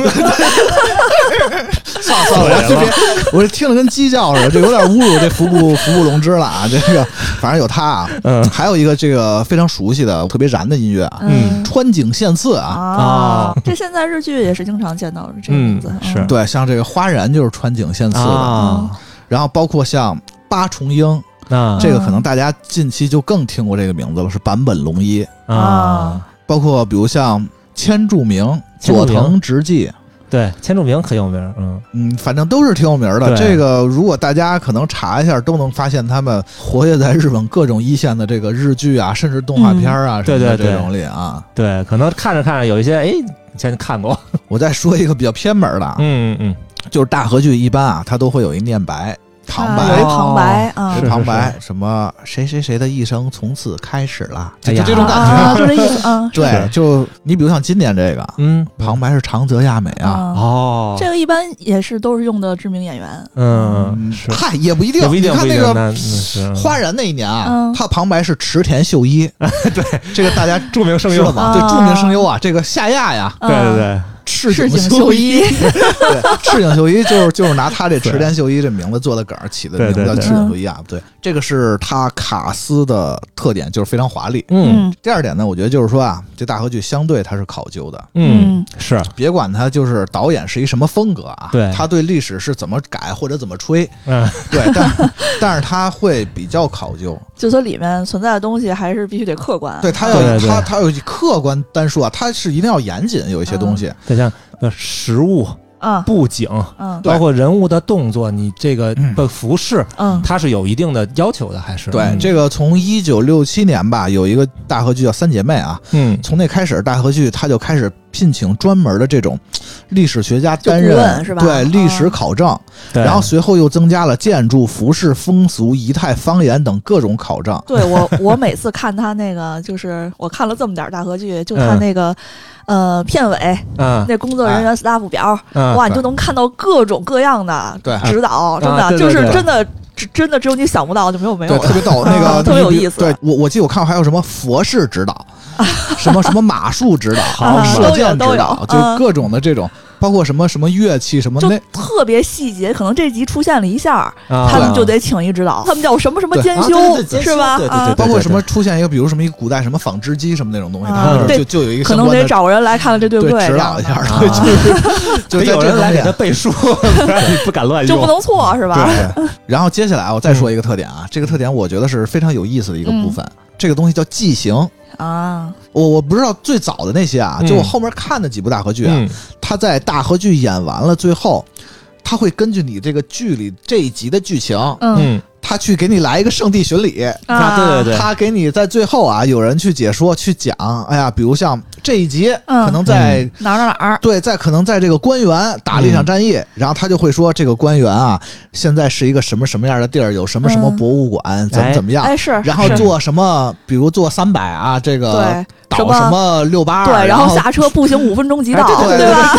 S6: 算了算 了，我就别，我这听着跟鸡叫似的，这有点侮辱这服部 服部龙之了啊！这个反正有他啊，
S2: 嗯
S6: 还有一个这个非常熟悉的特别燃的音乐啊，
S2: 嗯
S6: 川井宪次啊，
S3: 啊
S2: 啊，
S3: 这现在日剧也是经常见到这个名字，
S2: 嗯是
S6: 对，像这个花然就是川井宪次的，
S2: 啊，
S6: 然后包括像八重樱，
S3: 嗯
S2: 那
S6: 这个可能大家近期就更听过这个名字了，是坂本龙一，
S2: 啊，
S6: 包括比如像千住明、
S2: 千住
S6: 佐
S2: 明
S6: 藤直纪。
S2: 对，千住明很有名，嗯，
S6: 嗯，反正都是挺有名儿的。
S2: 对
S6: 这个如果大家可能查一下，都能发现他们活跃在日本各种一线的这个日剧啊，甚至动画片啊、什么的
S2: 嗯对对对
S6: 这种里啊。
S2: 对，可能看着看着有一些，哎，以前看过，
S6: 我再说一个比较偏门的，啊，
S2: 嗯嗯
S6: 就是大河剧一般啊，它都会有一念白、旁
S3: 啊有
S6: 白。
S2: 哦
S3: 一旁白啊，
S2: 是
S6: 有一旁白什么谁谁谁的一生从此开始了，就
S2: 哎
S6: 就
S2: 呀
S6: 这种感
S3: 啊，
S6: 觉。
S3: 就这意思 啊。
S6: 对，
S2: 是
S6: 就你比如像今年这个
S2: 嗯嗯，
S6: 旁白是长泽雅美啊，
S3: 啊，
S2: 哦，
S3: 这个一般也是都是用的知名演员。
S2: 嗯是，
S6: 嗨也不一定，
S2: 也不一定，
S6: 你
S2: 不
S6: 看
S2: 一
S6: 那
S2: 定，
S6: 个
S2: 那那是
S6: 花然那一年啊
S3: 嗯，
S6: 他旁白是池田秀 一，对，这个大家
S2: 著名声
S6: 知
S2: 优
S6: 道吗？
S3: 啊
S6: 对，著名声优啊，这个夏亚呀，
S3: 嗯
S2: 对对对，
S6: 赤
S3: 赤井
S6: 秀
S3: 秀，一，
S6: 对，赤井秀一就是就是拿他这池田秀一这名字做的梗儿起的名字
S2: 对
S6: 叫
S2: 对
S6: 赤
S2: 对
S6: 井秀一啊，对，这个是他卡斯的特点，就是非常华丽。
S2: 嗯
S3: 嗯
S6: 第二点呢，我觉得就是说啊，这大合剧相对它是考究的，
S2: 嗯是，
S6: 别管它就是导演是一什么风格啊，
S2: 对
S6: 他对历史是怎么改或者怎么吹，
S2: 嗯
S6: 对，但 但是他会比较考究，
S3: 就说里面存在的东西还是必须得客观。
S6: 对他要
S2: 对对
S6: 他他有客观单说啊，他是一定要严谨，有一些东西，
S2: 再像呃食物
S3: 嗯
S2: 布景，
S3: 嗯
S6: 对
S2: 包括人物的动作，你这个
S6: 嗯
S2: 不服饰，
S3: 嗯
S2: 它是有一定的要求的，还是
S6: 对，这个从一九六七年吧，有一个大合剧叫《三姐妹》啊，
S2: 嗯
S6: 从那开始，大合剧它就开始聘请专门的这种历史学家
S3: 就
S6: 担
S3: 顾
S6: 任
S3: 问是吧
S6: 对历史
S3: 哦
S6: 考证，
S2: 对
S6: 然后随后又增加了建筑、服饰、风俗、仪态、方言等各种考证。
S3: 对我，我每次看他那个，就是我看了这么点儿大合剧，就看
S2: 嗯
S3: 那个，呃，片尾
S2: 嗯
S3: 那工作人员 staff 表，
S2: 嗯，
S3: 哇，你就能看到各种各样的
S6: 对
S3: 指导，真
S2: 啊对
S3: 的
S2: 对
S3: 就是
S2: 对
S3: 真的，只真的只有你想不到，就没有没有
S6: 对，特别逗，那个
S3: 特别有
S6: 你比
S3: 意思
S6: 对我，我记得我看过还有什么佛式指 导，什么什么马术指导，
S2: 好
S6: 射
S3: 都有
S6: 箭
S3: 都
S6: 指
S3: 有
S6: 导，就
S3: 嗯
S6: 各种的这种，包括什么什么乐器什么
S3: 就
S6: 那
S3: 特别细节，可能这集出现了一下，
S2: 啊
S3: 他们就得请一指导，他们叫什么什么
S6: 对
S3: 监
S8: 啊对
S3: 修
S8: 对对
S3: 是吧？
S8: 监修对对
S3: 啊
S8: 对对
S6: 包括什么出现一个，比如什么一古代什么纺织机什么那种东西，
S3: 啊
S6: 他们
S3: 对
S6: 就就有一个
S3: 可
S6: 相
S3: 能
S6: 关
S3: 得
S6: 的
S3: 找人来看看这对不
S6: 对
S3: 对，
S6: 指
S3: 这样
S6: 导
S3: 的
S6: 一下，
S2: 啊
S6: 对，就
S2: 得
S6: 是就在
S2: 有
S6: 这
S2: 人来
S6: 方
S2: 给他
S6: 面。
S2: 背书， 不然你不敢乱
S3: 就
S2: 用
S3: 不。能错是吧？
S6: 对，然后接下来我
S2: 嗯
S6: 再说一个特点啊，这个特点我觉得是非常有意思的一
S3: 嗯
S6: 个部分，这个东西叫纪行。
S3: 啊，
S6: 我我不知道最早的那些啊，
S2: 嗯
S6: 就我后面看的几部大合剧啊，
S2: 嗯
S6: 他在大合剧演完了最后，他会根据你这个剧里这一集的剧情，
S3: 嗯
S2: 嗯，
S6: 他去给你来一个圣地巡礼。
S2: 啊对对对
S6: 他给你在最后啊，有人去解说去讲，哎呀，比如像这一集
S3: 嗯
S6: 可能在、
S2: 嗯
S3: 哪儿哪儿哪儿，
S6: 对，在可能在这个官员打了一场战役，然后他就会说这个官员啊，现在是一个什么什么样的地儿，有什么什么
S3: 嗯
S6: 博物馆，怎么
S2: 哎
S6: 怎么样，
S3: 哎是，
S6: 然后
S3: 是
S6: 做什么，比如做三百啊，这个
S3: 对
S6: 倒
S3: 什么
S6: 什么六八二，
S3: 对，然
S6: 后
S3: 后下车步行五分钟即
S6: 哎
S3: 到，
S6: 对对
S3: 吧？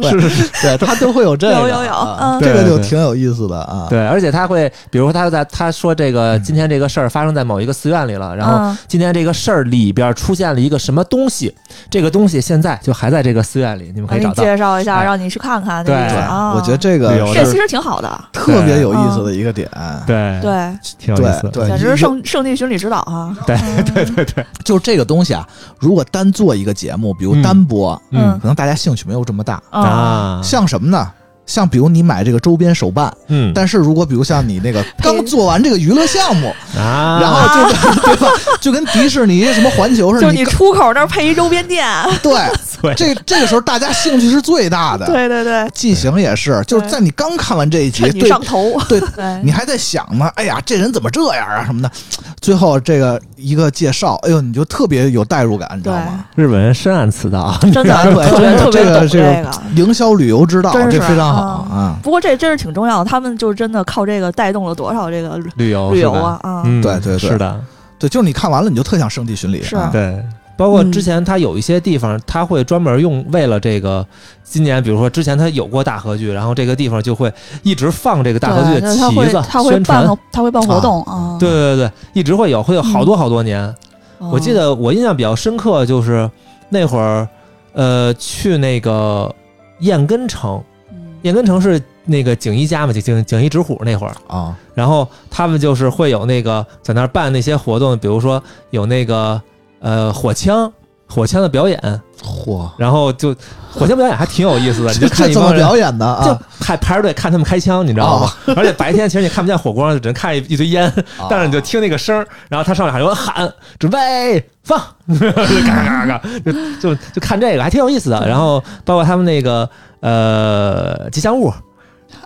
S6: 对
S2: 是是，
S6: 对他都会有这个，
S3: 有有有
S6: 啊
S3: 嗯
S6: 这个
S2: 对
S6: 就
S2: 对
S6: 挺有意思的啊。
S2: 对，而且他会，比如说他在他说这个今天这个事儿发生在某一个寺院里了，然后
S3: 嗯
S2: 今天这个事儿里边出现了一个什么东西，这个东西现在就还在这个寺院里，你们
S3: 我
S2: 可
S3: 给
S2: 以
S3: 你
S2: 找到。
S3: 介绍一下，
S2: 哎
S3: 让你去看看。
S2: 对
S3: 那个啊，
S6: 我觉得这个
S2: 旅游
S3: 这
S2: 的
S6: 是
S3: 其实挺好的，
S6: 特别有
S3: 嗯
S6: 意思的一个点。
S2: 对，
S3: 对，
S2: 挺有意思
S6: 对对，
S2: 的。
S3: 简直是
S6: 就
S3: 圣圣地巡礼指导啊。
S2: 对
S3: 对对，
S6: 就是这个东西啊，如果单做一个节目，比如
S2: 嗯
S6: 单播，
S3: 嗯
S6: 可能大家兴趣没有这么大。
S3: 啊，
S6: 像什么呢？像比如你买这个周边手办，
S2: 嗯
S6: 但是如果比如像你那 个刚做完这个娱乐项目，
S2: 啊，
S6: 然后就跟 对吧，就跟迪士尼什么环球似
S3: 就
S6: 的，
S3: 是你
S6: 刚
S3: 出口那儿配一周边店，
S6: 对，
S2: 对
S6: 这这个时候大家兴趣是最大的。
S3: 对对对，
S6: 记型也是，就是在你刚看完这一集，
S3: 趁你
S6: 对
S3: 上头。
S6: 对，
S3: 对，
S6: 你还在想呢，哎呀，这人怎么这样啊什么的。最后这个一个介绍，哎呦，你就特别有代入感，你知道吗？
S2: 日本人深谙此啊道，
S3: 真的
S6: 对
S3: 特别特别
S6: 这
S3: 懂
S6: 个这个
S3: 个。
S6: 营销旅游之道，
S3: 真
S6: 这
S3: 是
S6: 非常好
S3: 嗯
S6: 啊。
S3: 不过这真是挺重要的，他们就是真的靠这个带动了多少这个旅
S2: 旅游
S3: 旅游啊，啊！
S2: 嗯，
S6: 对对对
S2: 是的，
S6: 对，就是你看完了，你就特想圣地巡礼。
S3: 是
S6: 啊
S2: 对。包括
S3: 嗯
S2: 之前他有一些地方，他会专门用为了这个今年，比如说之前他有过大合剧，然后这个地方就会一直放这个大合剧
S3: 对，
S2: 的
S3: 那他
S2: 旗
S3: 会
S2: 子
S3: 他会
S2: 宣
S3: 办
S2: 传
S3: 个。他会办活动啊。
S2: 对对对，一直会有，会有好多好多年。
S3: 嗯，
S2: 我记得我印象比较深刻就是那会儿，呃，去那个燕根城，
S3: 嗯
S2: 燕根城是那个景一家嘛，景景景一直虎那会儿，
S6: 啊，
S2: 然后他们就是会有那个在那儿办那些活动，比如说有那个呃火枪。火枪的表演，
S6: 嚯，
S2: 然后就火枪表演还挺有意思的，你就
S6: 这
S2: 看
S6: 这
S2: 一
S6: 怎么
S2: 帮人，
S6: 表演的
S2: 就
S6: 啊？
S2: 排排着队看他们开枪，你知道吗？而且白天其实你看不见火光，就只能看一一堆烟，
S6: 啊
S2: 但是你就听那个声儿，然后他上来还有喊准备放， 就嘎嘎嘎，就就就看这个还挺有意思的。然后包括他们那个呃吉祥物，
S6: 啊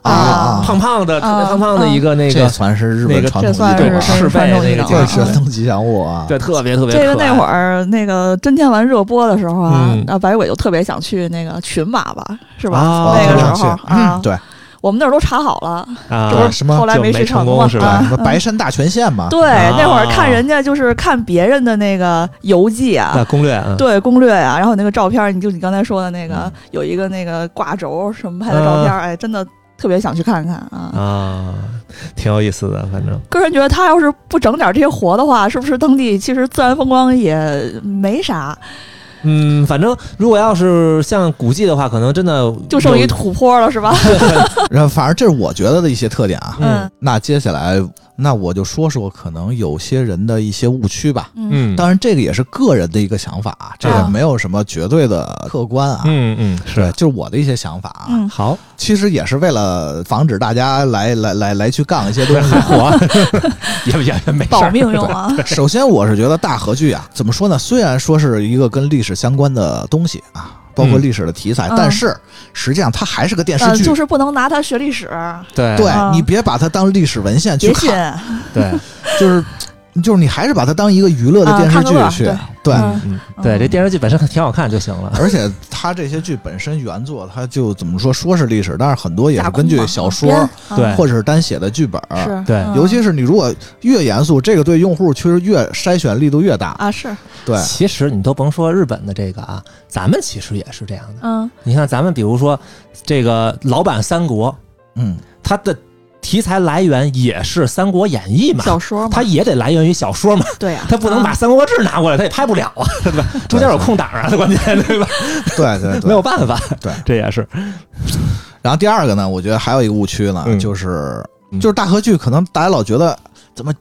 S6: 啊，
S2: 胖胖的，特别
S3: 啊
S2: 胖胖的一个那
S6: 这
S2: 个，
S6: 算是日本
S2: 那个
S6: 传
S3: 这
S6: 统
S3: 算
S6: 艺
S2: 对
S6: 术
S3: 是
S6: 啊，
S2: 是被那个
S3: 传统
S6: 这
S2: 健
S3: 艺术
S6: 是登吉祥物啊。
S2: 对，特别特别
S3: 这个
S2: 可爱
S3: 那会儿那个真天丸热播的时候啊
S2: 嗯，
S3: 那白鬼就特别想去那个群马吧，是吧？
S2: 啊
S3: 那个时
S6: 想去
S3: 候啊
S6: 嗯，对，
S3: 我们那儿都查好了，
S6: 这不
S2: 啊
S6: 是什么
S3: 后来
S2: 就
S3: 去
S2: 没
S3: 成
S2: 成功
S3: 嘛
S2: 是吧
S3: 啊
S6: 什么白山大全线嘛，
S3: 对，
S2: 啊
S3: 那会儿看人家就是看别人的那个游记啊
S2: 那。攻略啊，
S3: 对攻略啊，然后那个照片儿，你就你刚才说的那
S2: 嗯
S3: 个，有一个那个挂轴什么拍的照片儿，哎，真的特别想去看看啊。
S2: 啊，挺有意思的，反正
S3: 个人觉得他要是不整点这些活的话，是不是当地其实自然风光也没啥，
S2: 嗯，反正如果要是像古迹的话，可能真的
S3: 就剩一
S2: 有
S3: 土坡了，是吧？
S6: 然后反正这是我觉得的一些特点啊。
S2: 嗯
S6: 那接下来，那我就说说可能有些人的一些误区吧。
S3: 嗯
S2: 嗯
S6: 当然，这个也是个人的一个想法啊，这个没有什么绝对的客观啊。
S2: 嗯嗯
S6: 对，
S2: 是
S6: 就是我的一些想法啊，
S3: 嗯
S2: 好
S6: 其实也是为了防止大家来来来来去杠一些东西。啊
S2: 我也也也没事
S3: 保
S2: 儿，
S3: 命用啊，
S6: 首先，我是觉得大合剧啊，怎么说呢？虽然说是一个跟历史相关的东西啊，包括
S2: 嗯
S6: 历史的题材，
S3: 嗯
S6: 但是实际上它哎还是个电视
S3: 呃，
S6: 剧。
S3: 就是不能拿它学历史，
S2: 对
S6: 对
S3: 嗯
S6: 你别把它当历史文献去
S3: 别信
S6: 看，
S2: 对
S6: 就是就是你还是把它当一个娱乐的
S3: 啊
S6: 电视
S3: 看个
S6: 剧
S3: 乐
S6: 去
S3: 对，
S6: 对。
S3: 嗯
S5: 嗯，
S2: 对，这电视剧本身挺好看就行了。
S6: 而且它这些剧本身原作，它就怎么说说是历史，但是很多也
S3: 架
S6: 是
S3: 空
S6: 根据
S3: 嘛
S6: 小说
S3: 编啊
S2: 对
S6: 或者是单写的剧本。
S3: 是
S2: 对
S3: 嗯
S6: 尤其是你如果越严肃，这个对用户其实越筛选力度越大。
S3: 啊是
S6: 对，
S2: 其实你都甭说日本的这个啊，咱们其实也是这样的。
S3: 嗯
S2: 你看，咱们比如说这个老版三国，
S6: 嗯，
S2: 它的题材来源也是《三国演义》嘛，
S3: 小说嘛
S2: 它也得来源于小 说嘛，
S3: 对呀，
S2: 它不能把
S3: 啊
S2: 《三国志》拿过来，它也拍不了 啊，对吧？中间有空档啊，关键对吧？
S6: 对对对。
S2: 没有办法，
S6: 对，
S2: 这也是
S3: 啊
S6: 然后第二个呢，我觉得还有一个误区呢，
S2: 嗯
S6: 就是
S2: 嗯
S6: 就是大河剧，可能大家老觉得怎么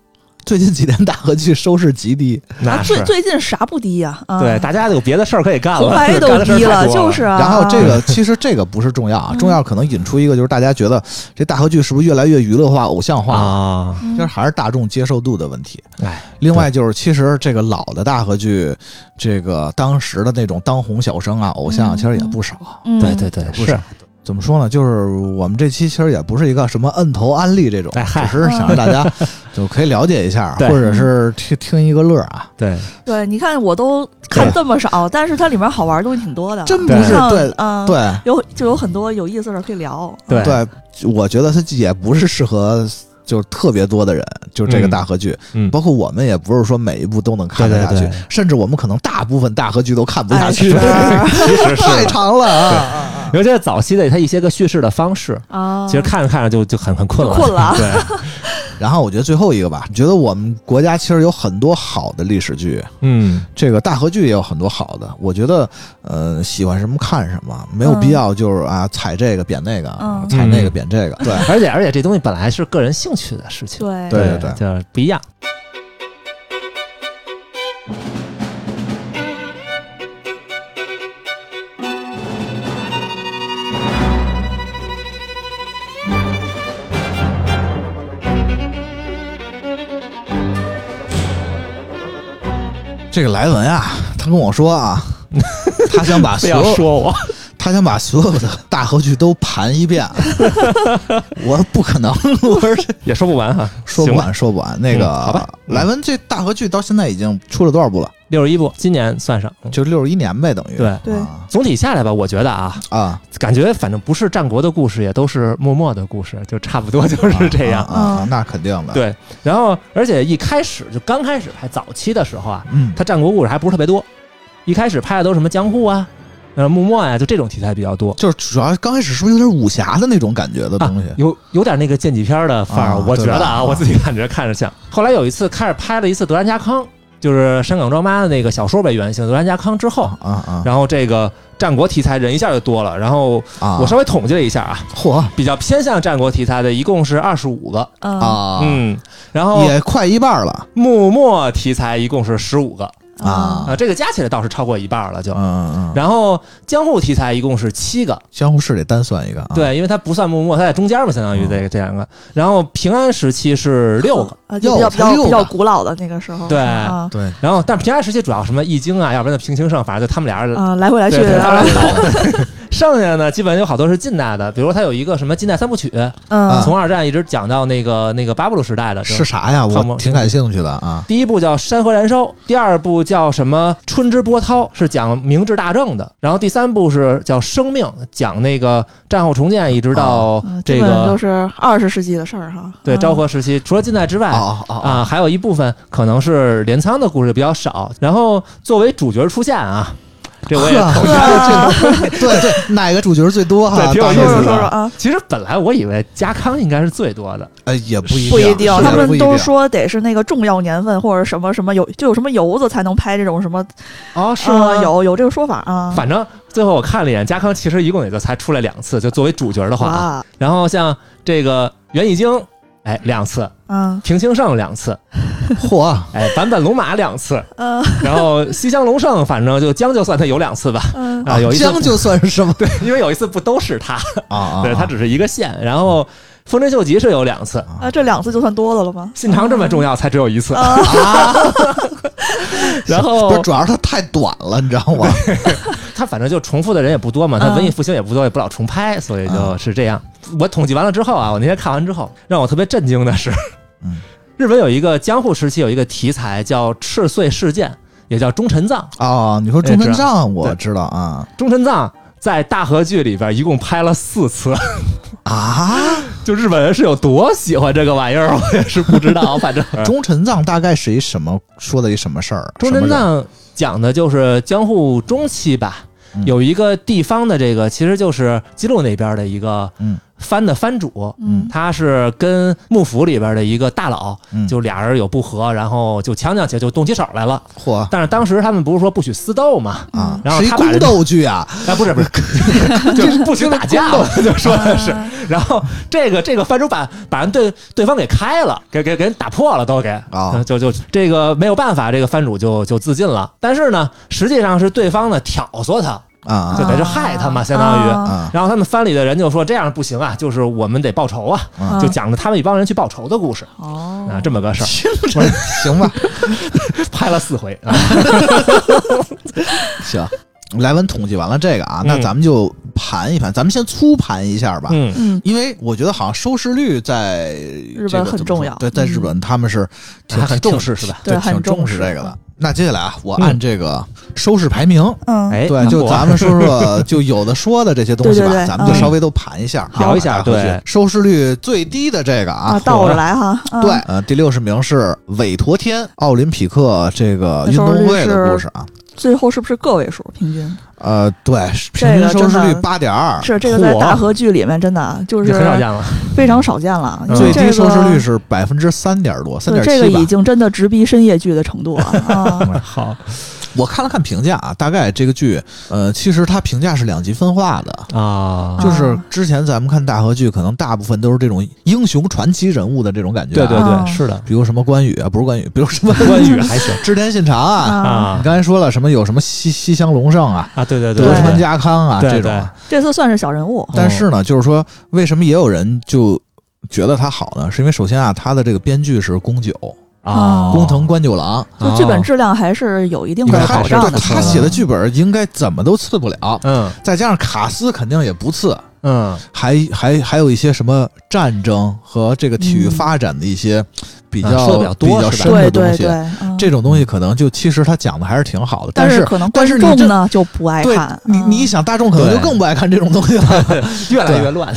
S6: 最近几年大河剧收视极低，
S2: 那
S3: 啊
S2: 是
S3: 最最近啥不低呀？啊
S2: 对，大家有别的事儿可以干了，
S3: 红白
S2: 干
S3: 都
S2: 的事儿
S3: 低
S2: 太
S3: 了，
S2: 多
S3: 就是啊。嗯
S6: 然后这
S3: 啊
S6: 个其实这个不是重要啊，重要可能引出一个就是大家觉得这大河剧是不是越来越娱乐化、偶像化了？
S2: 啊，
S6: 其实还是大众接受度的问题。
S2: 哎，
S6: 另外就是，其实这个老的大河剧，这个当时的那种当红小生啊、偶像啊，
S3: 嗯
S6: 其实也不少。
S3: 嗯
S2: 对对对，
S6: 不
S2: 是，
S6: 怎么说呢？就是我们这期其实也不是一个什么摁头安利这种，
S2: 哎嗨
S6: 只是想让大家就可以了解一下，
S2: 对
S6: 或者是听听一个乐儿啊。
S2: 对，
S3: 对，你看我都看
S2: 对
S3: 这么少，但是它里面好玩的东西挺多的，
S6: 真不是
S3: 像
S6: 对
S3: 嗯，
S6: 对
S3: 有就有很多有意思的事儿可以聊。
S2: 对
S6: 对，我觉得它也不是适合。就是特别多的人，就是这个
S2: 嗯
S6: 大河剧，
S2: 嗯
S6: 包括我们也不是说每一部都能看得下去，
S2: 对对啊对
S6: 甚至我们可能大部分大河剧都看不下
S3: 哎
S6: 去，
S3: 是
S2: 其实是
S6: 太长了啊啊！啊
S2: 尤其是早期的它一些个叙事的方式，
S3: 啊，
S2: 其实看着看着就就很很困了，
S3: 就困了啊
S2: 对，
S6: 然后我觉得最后一个吧，觉得我们国家其实有很多好的历史剧，
S2: 嗯，
S6: 这个大河剧也有很多好的。我觉得，呃，喜欢什么看什么，没有必要就是啊踩这个贬那个，
S3: 嗯
S6: 踩那个贬这个。对，
S2: 而且而且这东西本来是个人兴趣的事情，
S3: 对
S6: 对对对
S2: 就是不一样。
S6: 这个莱文啊，他跟我说啊，他想把
S2: 不
S6: 所
S2: 要
S6: 有
S2: 说我，
S6: 他想把所有的大河剧都盘一 遍。我说不可能，我说这
S2: 也说不完哈，
S6: 说不完，说不完。那个、
S2: 嗯好吧嗯
S6: 莱文这大河剧到现在已经出了多少部了？
S2: 六十一部，今年算上，
S6: 就六十一年呗，等于
S2: 对
S3: 对
S6: 啊
S2: 总体下来吧，我觉得啊，
S6: 啊，
S2: 感觉反正不是战国的故事，也都是默默的故事，就差 不多就是这样。
S6: 啊啊啊那肯定的。
S2: 对，然后而且一开始就刚开始拍早期的时候啊，
S6: 嗯，
S2: 他战国故事还不是特别多，一开始拍的都是什么江户啊、呃幕末呀、就这种题材比较多。
S6: 就是主要刚开始是不是有点武侠的那种感觉的
S2: 啊
S6: 东西？
S2: 有有点那个剑戟片儿的范儿，
S6: 啊
S2: 我觉得
S6: 对吧
S2: 啊，我自己感觉看着 像。后来有一次开始拍了一次《德兰家康》，就是山岗庄妈的那个小说为原型，《德兰家康》之后，
S6: 啊啊
S2: 然后这个战国题材人一下就多了。然后
S6: 啊！
S2: 我稍微统计了一下啊，
S6: 嚯
S2: 比较偏向战国题材的一共是二十五个，
S3: 啊
S6: 啊，
S2: 嗯，然后
S6: 也快一半了
S2: 幕末题材一共是十五个
S3: 嗯
S6: 啊
S2: 啊，这个加起来倒是超过一半了就
S6: 嗯。嗯嗯，
S2: 然后江户题材一共是七个，
S6: 江湖是得单算一个啊。，
S2: 对，因为它不算幕末，它在中间嘛，相当于
S6: 啊
S2: 这个这两个。然后平安时期是六个，
S3: 啊，就比较
S6: 哟
S3: 比较
S6: 才六个
S3: 比较古老的那个时候，
S2: 对
S3: 啊
S6: 对
S2: 然后但平安时期主要什么易经啊，要不然就平行圣，反正就他们俩人。
S3: 啊，来回来去
S2: 对，他们
S3: 的，
S2: 俩人 搞剩下的呢，基本有好多是近代的，比如他有一个什么近代三部曲，
S3: 嗯
S6: 啊
S2: 从二战一直讲到那个那个巴布鲁时代的，
S6: 是啥呀？
S2: 汤姆
S6: 我挺感兴趣的啊。
S2: 第一部叫《山河燃烧》，第二部叫什么《春之波涛》，是讲明治大正的。然后第三部是叫《生命》，讲那个战后重建，一直到
S3: 嗯
S2: 这
S3: 基本
S2: 个
S3: 都是二十世纪的事儿哈。
S2: 对
S3: 嗯
S2: 昭和时期。除了近代之外，
S6: 哦哦哦
S2: 啊，还有一部分可能是镰仓的故事比较少。然后作为主角出现啊，这 我也
S6: 呵这个 对对，哪个主角最多哈？
S2: 对挺有
S6: 大
S2: 意
S3: 说
S6: 河
S2: 思的
S3: 说
S6: 剧
S3: 说说啊，
S2: 其实本来我以为家康应该是最多的，
S6: 呃，也不一
S3: 不一定，
S6: 是
S3: 他
S6: 不
S3: 们
S6: 一
S3: 都
S6: 定
S3: 说得是那个重要年份或者什么什么有就有什么由子才能拍这种什么，
S2: 哦，
S3: 啊有有这个说法啊。
S2: 反正最后我看了一眼，家康其实一共也就才出来两次，就作为主角的话啊。
S3: 哇，
S2: 然后像这个袁以京，哎，两次；
S3: 嗯
S2: 平清盛两次，
S6: 嚯，
S2: 哎，坂本龙马两次，
S3: 呃
S2: 然后西乡隆盛，反正就将就算他有两次吧。
S3: 嗯
S2: 啊，有一次
S6: 江哦就算是什么？
S2: 对， 因为有一次不都是他，
S6: 啊啊，
S2: 对他只是一个县。然后丰臣秀吉是有两次，
S3: 啊，这两次就算多的了吗？
S2: 信长这么重要才只有一次。
S3: 啊，
S2: 然
S6: 不是，
S2: 后
S6: 主要是他太短了，你知道 吗？
S2: 他反正就重复的人也不多嘛，他
S3: 嗯
S2: 文艺复兴也不多，也不老重拍，所以就是这样。我统计完了之后啊，我那天看完之后，让我特别震惊的是
S6: 嗯，
S2: 日本有一个江户时期有一个题材叫赤穗事件，也叫忠臣藏。
S6: 啊，你说
S2: 哎
S6: 中
S2: 知
S6: 村
S2: 道
S6: 藏我知道啊
S2: 忠臣藏在大和剧里边一共拍了四次，
S6: 啊，
S2: 就日本人是有多喜欢这个玩意儿，我也是不知道。反 正
S6: 中臣藏大概是一什么说的一什么事儿？
S2: 忠
S6: 什么
S2: 臣
S6: 人
S2: 藏讲的就是江户中期吧
S6: 嗯，
S2: 有一个地方的这个其实就是姬路那边的一个
S6: 嗯
S2: 藩的藩主，
S3: 嗯
S2: 他是跟幕府里边的一个大佬，
S6: 嗯
S2: 就俩人有不和，然后就强抢起来，就动起手来了。
S6: 嚯
S2: 但是当时他们不是说不许私斗嘛？
S6: 啊，
S2: 嗯然后
S6: 是一
S2: 他把
S6: 宫
S2: 人
S6: 斗剧啊，
S2: 啊，不是不是，就是 不许打架嘛，就说的是。然后这个这个藩主把把人对对方给开了，给给给人打破了，都给嗯
S6: 啊
S2: 就就这个没有办法，这个藩主就就自尽了。但是呢，实际上是对方呢挑唆他，
S6: 啊
S2: 就
S6: 啊
S2: 等于是害他嘛，相当于。
S3: 嗯啊
S6: 啊
S2: 然后他们藩里的人就说这样不行啊，就是我们得报仇啊，
S6: 啊
S2: 就讲了他们一帮人去报仇的故事
S3: 哦
S2: 啊，这么个事儿，
S6: 行吧，
S2: 拍了四回啊，
S6: 行。莱文统计完了这个啊，
S2: 嗯
S6: 那咱们就盘一盘，咱们先粗盘一下吧。
S2: 嗯
S3: 嗯
S6: 因为我觉得好像收视率在日
S3: 本很重要嗯
S6: 对，在日本他们是挺
S2: 还很重视是吧？
S6: 挺对，
S3: 对很
S6: 挺重视
S3: 重视
S6: 这个的。那接下来啊，我按这个收视排名，
S3: 嗯
S2: 哎，
S6: 对，
S2: 那
S6: 就
S2: 我
S6: 咱们说说，就有的说的这些东西吧，
S3: 对对对
S6: 咱们就
S3: 嗯
S6: 稍微都盘一下，
S3: 聊
S6: 好
S2: 一
S6: 大
S2: 下
S6: 家回去
S2: 对
S6: 收视率最低的这个啊
S3: 啊，，倒着来哈，嗯
S6: 对，，呃，第六十名是韦陀天奥林匹克这个
S3: 那
S6: 运
S3: 收视
S6: 动
S3: 率
S6: 会的
S3: 是
S6: 故事啊。
S3: 最后是不是个位数平均？
S6: 呃，对，平
S3: 这
S6: 均
S3: 个
S6: 收视
S3: 真
S6: 率
S3: 的
S6: 八点
S2: 啊
S6: 二，
S3: 是这个在
S2: 嚯
S3: 大河剧里面真的啊就
S2: 这
S3: 是
S2: 很少见了，
S3: 非常少见了，因
S6: 最
S3: 为这
S6: 低
S3: 个
S6: 收视率是百分之三点多，三
S3: 对
S6: 点
S3: 这个
S6: 七吧嗯
S3: 已。经真的直逼深夜剧的 程度了啊
S2: 好
S6: 我看了看评价啊，大概这个剧，呃，其实它评价是两极分化的。
S2: 啊，
S6: 就是之前咱们看大河剧，可能大部分都是这种英雄传奇人物的这种感觉、
S2: 对对
S3: 啊
S2: 对，是的，
S6: 比如什么关羽啊，不是 关羽，比如什么
S2: 关羽还行
S6: 织田信长啊。
S3: 啊！
S6: 你
S2: 啊
S6: 刚才说了什么？有什么西西乡隆盛啊，
S2: 啊，对对
S6: 德川
S2: 对
S6: 家康啊
S2: 对
S6: 这种啊。
S3: 这次算是小人物，
S6: 但是呢，就是说，为什么也有人就觉得它好呢？是因为首先啊，它的这个编剧是宫九，
S2: 啊，
S6: 工藤官九郎。
S3: 就剧本质量还是有一定
S6: 你
S3: 的
S6: 看
S3: 保
S6: 他
S3: 障的。
S6: 他写的剧本应该怎么都次不了，
S2: 嗯
S6: 再加上卡斯肯定也不次，
S2: 嗯
S6: 还还还有一些什么战争和这个体育发展的一些比较、
S2: 嗯说得比较多
S6: 较
S2: 是吧
S6: 深的
S3: 嗯对
S6: 东
S3: 对
S6: 西。
S3: 对，嗯
S6: 这种东西可能就其实他讲的还是挺好的，
S3: 但
S6: 是
S3: 可能
S6: 但
S3: 观
S6: 是你
S3: 众
S6: 这
S3: 呢就不爱
S6: 对
S3: 看。
S6: 你
S3: 嗯
S6: 你一想大众可能就
S2: 对
S6: 更不爱看这种东西了。
S2: 越来越乱。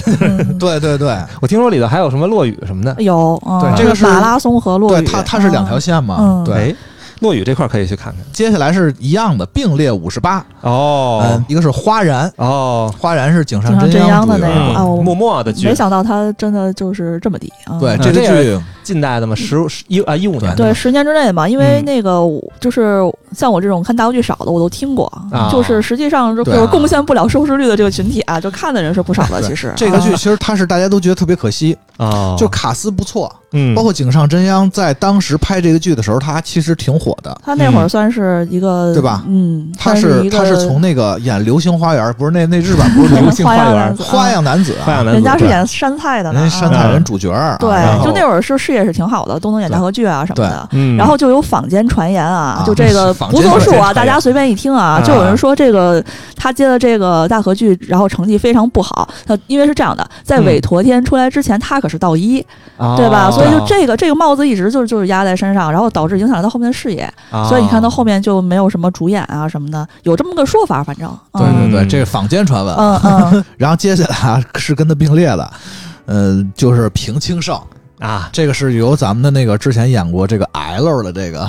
S3: 嗯
S6: 对对对，
S2: 我听说里头还有什么落雨什么的，
S3: 有，嗯
S6: 对这个是
S3: 马拉松和落
S6: 对
S3: 雨，
S6: 它它是两条
S3: 嗯
S6: 线嘛。
S3: 嗯
S6: 对，
S2: 哎，落雨这块可以去看看
S6: 接下来是一样的，并列五十八。嗯
S2: 哦，
S6: 一个是花然，
S2: 哦，
S6: 花然是井上
S3: 井上
S6: 真
S3: 真央的
S6: 主角
S3: 那个
S6: 啊
S3: 啊我
S2: 默默的剧
S3: 没，想到他真的就是这么低啊！
S6: 对
S3: 嗯
S6: 这
S2: 这
S6: 个
S2: 个
S6: 剧
S2: 近代的嘛，十五十一啊一五年的
S6: 嗯
S3: 对，
S2: 嘛
S3: 十年之内吧，因为
S2: 嗯
S3: 那个我就是像我这种看大陆剧少的，我都听过，
S2: 啊
S3: 就是实际上就
S6: 对啊
S3: 是贡献不了收视率的这个群体啊，就看的人是不少的。
S6: 对
S3: 其实
S6: 这个剧
S3: 啊
S6: 其实它是大家都觉得特别可惜，
S2: 哦，
S6: 就卡斯不错，
S2: 嗯
S6: 包括井上真央在当时拍这个剧的时候，他其实挺火的。
S3: 他那会儿
S2: 嗯
S3: 算是一个
S6: 对吧
S3: 嗯，
S6: 他
S3: 算
S6: 是
S3: 一个
S6: 他是从那个演《流星花园》，不是那那日版不 是《流星
S3: 花
S2: 花园
S3: 园
S6: 花样男子》
S2: 花
S6: 啊，
S2: 样男
S3: 人
S2: 子，
S3: 家是
S2: 对
S3: 演山菜的呢，
S6: 人家山
S3: 啊
S6: 菜人主角儿啊，
S3: 对
S6: 然，后
S3: 就那会儿是事业是挺好的，都能演大合剧啊什么的。
S2: 嗯，
S3: 然后就有坊间传言
S6: 啊
S3: 啊，就这个
S6: 坊
S3: 不
S6: 间
S3: 作数
S2: 传
S3: 啊，
S2: 言
S3: 大家随便一听啊，
S2: 啊
S3: 就有人说这个他接了这个大合剧，然后成绩非常不好。那因为是这样的，在
S2: 嗯
S3: 韦陀天出来之前，他可是道一，对吧？
S2: 哦
S3: 所以就这个这个帽子一直就是就是压在身上，然后导致影响了他后面的事业。
S2: 哦
S3: 所以你看到后面就没有什么主演啊什么的，有这么个说法，反正
S6: 对对
S3: 嗯
S6: 对，
S2: 嗯
S6: 这是坊间传闻。
S3: 嗯 嗯，
S6: 然后接下来啊是跟他并列的，嗯，就是平清盛，
S2: 啊，
S6: 这个是由咱们的那个之前演过这个 L 的这个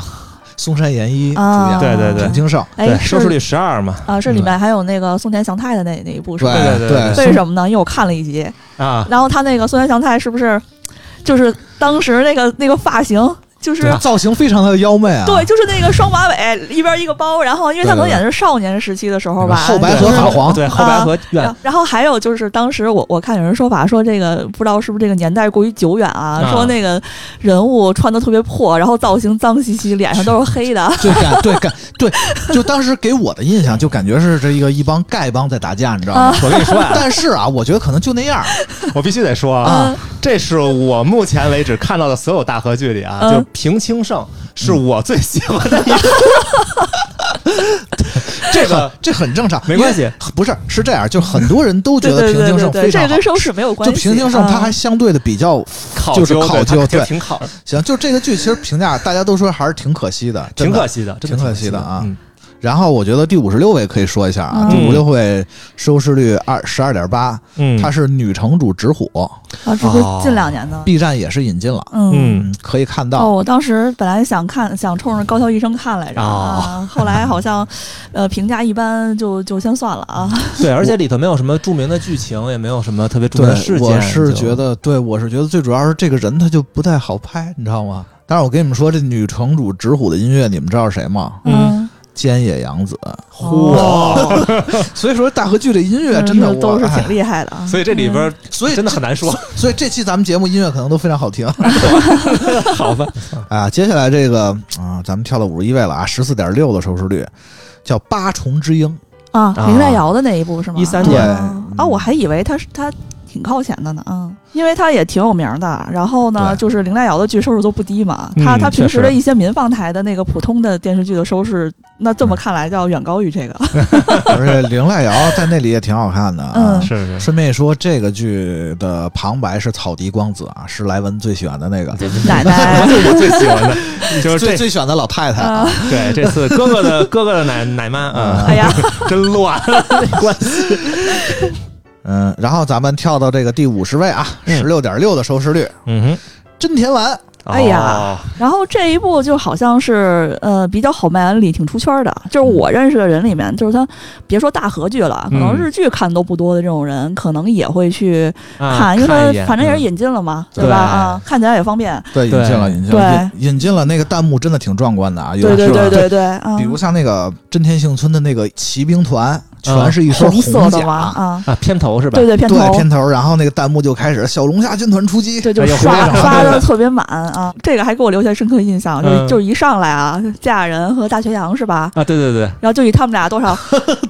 S6: 松山研一主
S3: 啊
S6: 演，
S2: 对对对
S6: 平清盛，
S3: 哎，
S2: 收
S3: 是
S2: 视率十二嘛
S3: 啊，这里面还有那个松田翔太的那那一部是吧？
S2: 对
S6: 对
S2: 对对
S3: 为什么呢？因为我看了一集，
S2: 啊，
S3: 然后他那个松田翔太是不是就是当时那个那个发型就是
S6: 对啊造型非常的妖媚啊，
S3: 对，就是那个双马尾一边一个包，然后因为他可能演的是少年时期的时候吧，
S6: 后白
S3: 就
S6: 河
S3: 是
S6: 泛黄，
S2: 对后白河
S3: 然
S2: 院
S3: 后然后还有就是，当时我我看有人说法说这个不知道是不是这个年代过于久远啊，
S2: 啊
S3: 说那个人物穿的特别破，然后造型脏兮兮，脸上都是黑的。
S6: 对感对感对，就当时给我的印象就感觉是这一个一帮丐帮在打架，你知道吗？
S2: 我跟你说 啊，
S6: 但是啊，我觉得可能就那 样儿
S2: 我必须得说啊，这是我目前为止看到的所有大合剧里啊，
S3: 嗯
S2: 就平清盛是我最喜欢的一个。
S6: 这
S5: 个
S6: 很这很正常，
S5: 没关系
S6: 因为，不是是这样，就很多人都觉
S3: 对
S6: 得
S3: 对
S6: 平
S3: 对
S6: 行
S3: 对
S6: 胜
S3: 对，
S6: 非
S3: 这
S6: 常
S3: 个
S6: 好
S3: 跟，收视没有关
S6: 就
S3: 系。
S6: 平行胜它
S3: 嗯
S6: 还相对的比较
S5: 考
S6: 就是
S5: 究
S6: 考究
S5: 对它
S6: 对
S5: 挺考
S6: 行，就这个剧其实评价大家都说还是挺可惜的，
S5: 挺
S6: 真的
S5: 可惜的，真的
S6: 挺可惜的啊
S5: 嗯
S6: 然后我觉得第五十六位可以说一下啊，
S3: 嗯
S6: 第五十六位收视率二十二点八，
S5: 嗯，
S6: 它是女城主直火
S3: 啊，这
S5: 哦
S3: 不近两年的，
S6: ，B 站也是引进了，
S3: 嗯。
S5: 嗯
S6: 嗯，可以看
S3: 哦，
S6: 到，
S3: 我当时本来想看，想冲着高校医生看来着，
S5: 哦
S3: 啊，后来好像，呃，评价一般就，就先算了啊。
S2: 对，而且里头没有什么著名的剧情，也没有什么特别著名
S6: 对
S2: 的事，件。
S6: 我是
S2: 就
S6: 觉得，对我是觉得最主要是这个人他就不太好拍，你知道吗？但是我跟你们说，这女城主直虎的音乐，你们知道是谁吗？
S2: 嗯，
S6: 菅野洋子。
S3: 嚯，
S6: 所以说，大河剧 这音乐
S3: 哦嗯
S6: 真的
S3: 这都是挺
S6: 害。
S3: 厉害的 啊。
S5: 所以这里边
S6: 所以
S5: 真的很 难说，
S6: 所以这期咱们节目音乐可能都非常好听
S5: 好吧？
S6: 啊。接下来这个啊、咱们跳到五十一位了啊，十四点六的收视率，叫《八重之鹰》。
S3: 啊，
S5: 啊
S3: 林黛瑶的那一部是吗？
S2: 13
S6: 年
S3: 啊啊，我还以为他是他挺靠前的呢，嗯，因为他也挺有名的。然后呢，
S6: 对
S3: 就是林黛瑶的剧收视都不低嘛，
S5: 嗯
S3: 他他平
S5: 确
S3: 时
S5: 实
S3: 的一些民放台的那个普通的电视剧的收视，那这
S6: 嗯
S3: 么看来要远高 于这个。
S6: 而且林濑瑶在那里也挺好看的啊。
S3: 嗯
S5: 是是，
S6: 顺便一说，这个剧的旁白是草笛光子啊，是莱文最喜欢的那个，
S3: 奶奶，
S5: 我最喜欢 的就是
S6: 最
S5: 这
S6: 最喜欢的老太太啊。
S3: 啊，
S5: 对这次哥哥的哥哥的奶奶妈啊，
S3: 哎呀，
S5: 真乱，关系
S6: 嗯，然后咱们跳到这个第五十位啊，
S5: 嗯
S6: 十六点六的收视率，
S5: 嗯
S6: 真田丸
S5: 哼，
S3: 哎呀
S5: 哦，
S3: 然后这一部就好像是呃比较好卖安利，挺出圈儿的。就是我认识的人里面，就是他别说大合剧了，可能
S5: 嗯
S3: 日剧看都不多的这种人，可能也会去
S5: 啊
S3: 看，因为
S5: 看一
S3: 它
S5: 眼
S3: 反正也是
S5: 嗯
S3: 引进了嘛，
S5: 对
S3: 对吧？啊，看起来也方便。
S6: 对引
S5: 对
S6: 进了，引进了，引引进了那个弹幕真的挺壮观的啊，有
S3: 对对
S6: 是吧
S3: 对对对，啊
S6: 比，如像那个真田幸村的那个骑兵团，全
S5: 嗯
S6: 是一身
S3: 色的
S6: 甲，
S3: 嘛，啊，
S2: 啊，片头是吧？
S3: 对对，片
S6: 对
S3: 头。
S6: 片头，然后那个弹幕就开始小龙虾军团出击，
S3: 对，就
S5: 哎呦
S3: 刷
S5: 非常
S3: 刷
S5: 对对
S3: 的特别满啊！这个还给我留下深刻印象，就是、
S5: 嗯
S3: 就是一上来啊，嫁人和大学阳是吧？
S5: 啊，对对对，
S3: 然后就以他们俩多少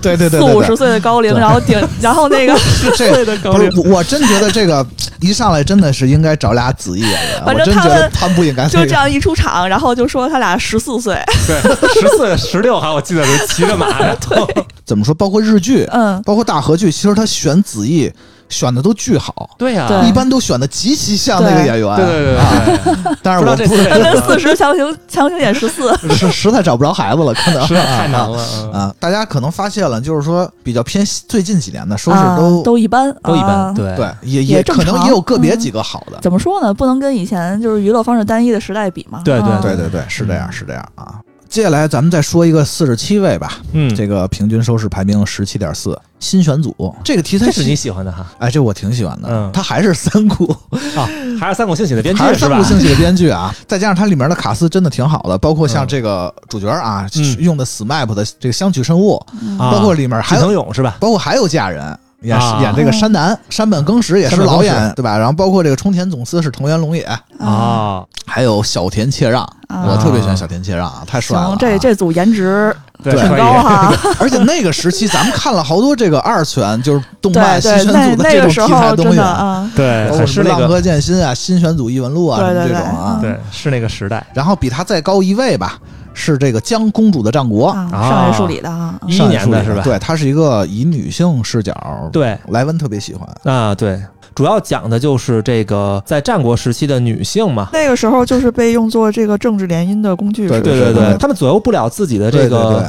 S6: 对对对
S3: 四
S6: 对
S3: 五
S6: 对
S3: 十岁的高龄，
S6: 对
S3: 然后顶，然后那个
S6: 这
S5: 的
S6: 不是我，我真觉得这个一上来真的是应该找俩子艺演员，我
S3: 反正
S6: 真觉
S3: 他们
S6: 得他们不应该
S3: 就
S6: 那
S3: 这
S6: 个
S3: 样一出场，然后就说他俩十四岁，
S5: 对十四十六还我记得是骑着马，然后
S6: 怎么说，包括日剧，
S3: 嗯，
S6: 包括大河剧，其实他选子艺选的都巨好，
S5: 对呀，
S3: 对
S6: 一般都选的极其像那个演员，啊
S5: 对对对对对，
S6: 但
S5: 不知道这
S6: 是我不
S5: 次
S3: 他跟四十强行强行演十四，
S6: 实实在找不着孩子了，可能
S5: 实在太难
S6: 啊
S5: 了，嗯
S6: 啊大家可能发现了，就是说比较偏最近几年的收视
S3: 啊
S6: 都、
S3: 都一般，
S2: 都一
S3: 啊
S2: 般，。对
S6: 对，也
S3: 也正
S6: 可能
S3: 常
S6: 也有个别
S3: 嗯
S6: 几个好的。
S3: 怎么说呢？不能跟以前就是娱乐方式单一的时代比嘛。
S2: 对对
S3: 啊
S6: 对对对，是这样，是这样啊。接下来咱们再说一个四十七位吧，
S5: 嗯，
S6: 这个平均收视排名十七点四，新选组这个题材
S2: 这是你喜欢的哈
S6: 哎，这我挺喜欢的。
S5: 嗯
S6: 它还是三谷，
S5: 啊，还是三谷幸喜的编剧
S6: 还是
S5: 是
S6: 三
S5: 吧
S6: 谷？幸喜的编剧啊， 再加上它里面的卡斯真的挺好的，包括像
S5: 嗯
S6: 这个主角啊，
S5: 嗯
S6: 用的 SMAP 的这个相取慎吾，
S3: 嗯
S5: 啊
S6: 包括里面
S2: 齐
S6: 还有
S2: 藤勇是吧？
S6: 包括还有嫁人。演
S5: 啊
S6: 演这个山南山本耕史也是
S5: 山本
S6: 老
S5: 耕史
S6: 演对吧？然后包括这个冲田总司是藤原龙也，
S3: 啊，
S5: 啊，
S6: 还有小田切让，
S3: 啊
S6: 我特别喜欢小田切让啊，太帅了啊
S3: 行，。这这组颜值
S5: 对
S6: 对
S3: 挺
S5: 可以
S3: 高哈。
S6: 而且那个时期咱们看了好多这个二拳就是 动漫
S3: 对
S6: 新选
S3: 对，那
S6: 组的这
S3: 那
S6: 种
S3: 个时
S6: 题材
S3: 候
S6: 东
S3: 真
S6: 西
S3: 的
S6: 啊，
S3: 啊，
S5: 对，
S6: 包
S5: 很
S6: 括什
S5: 哎是
S6: 么
S5: 那
S6: 浪
S5: 个
S6: 哥剑心啊、新选组异闻录啊
S3: 对
S6: 什么
S3: 对
S6: 这
S3: 对
S6: 种啊
S3: 嗯。
S5: 对是那个时代，
S6: 然后比他再高一位吧，是这个江公主的战国，
S3: 啊
S5: 啊
S3: 上位数理的啊，嗯
S5: 一
S6: 上
S5: 年
S6: 述
S5: 的
S6: 里
S5: 是吧
S6: 对，它是一个以女性视角，，
S2: 对
S6: 莱文特别喜欢。
S2: 啊，对，主要讲的就是这个在战国时期的女性嘛。
S3: 那个时候就是被用作这个政治联姻的工具，
S6: 对
S3: 是吧嗯
S2: 对对
S6: 对
S2: 对，她们左右不了自己的这
S6: 对对
S2: 个
S6: 对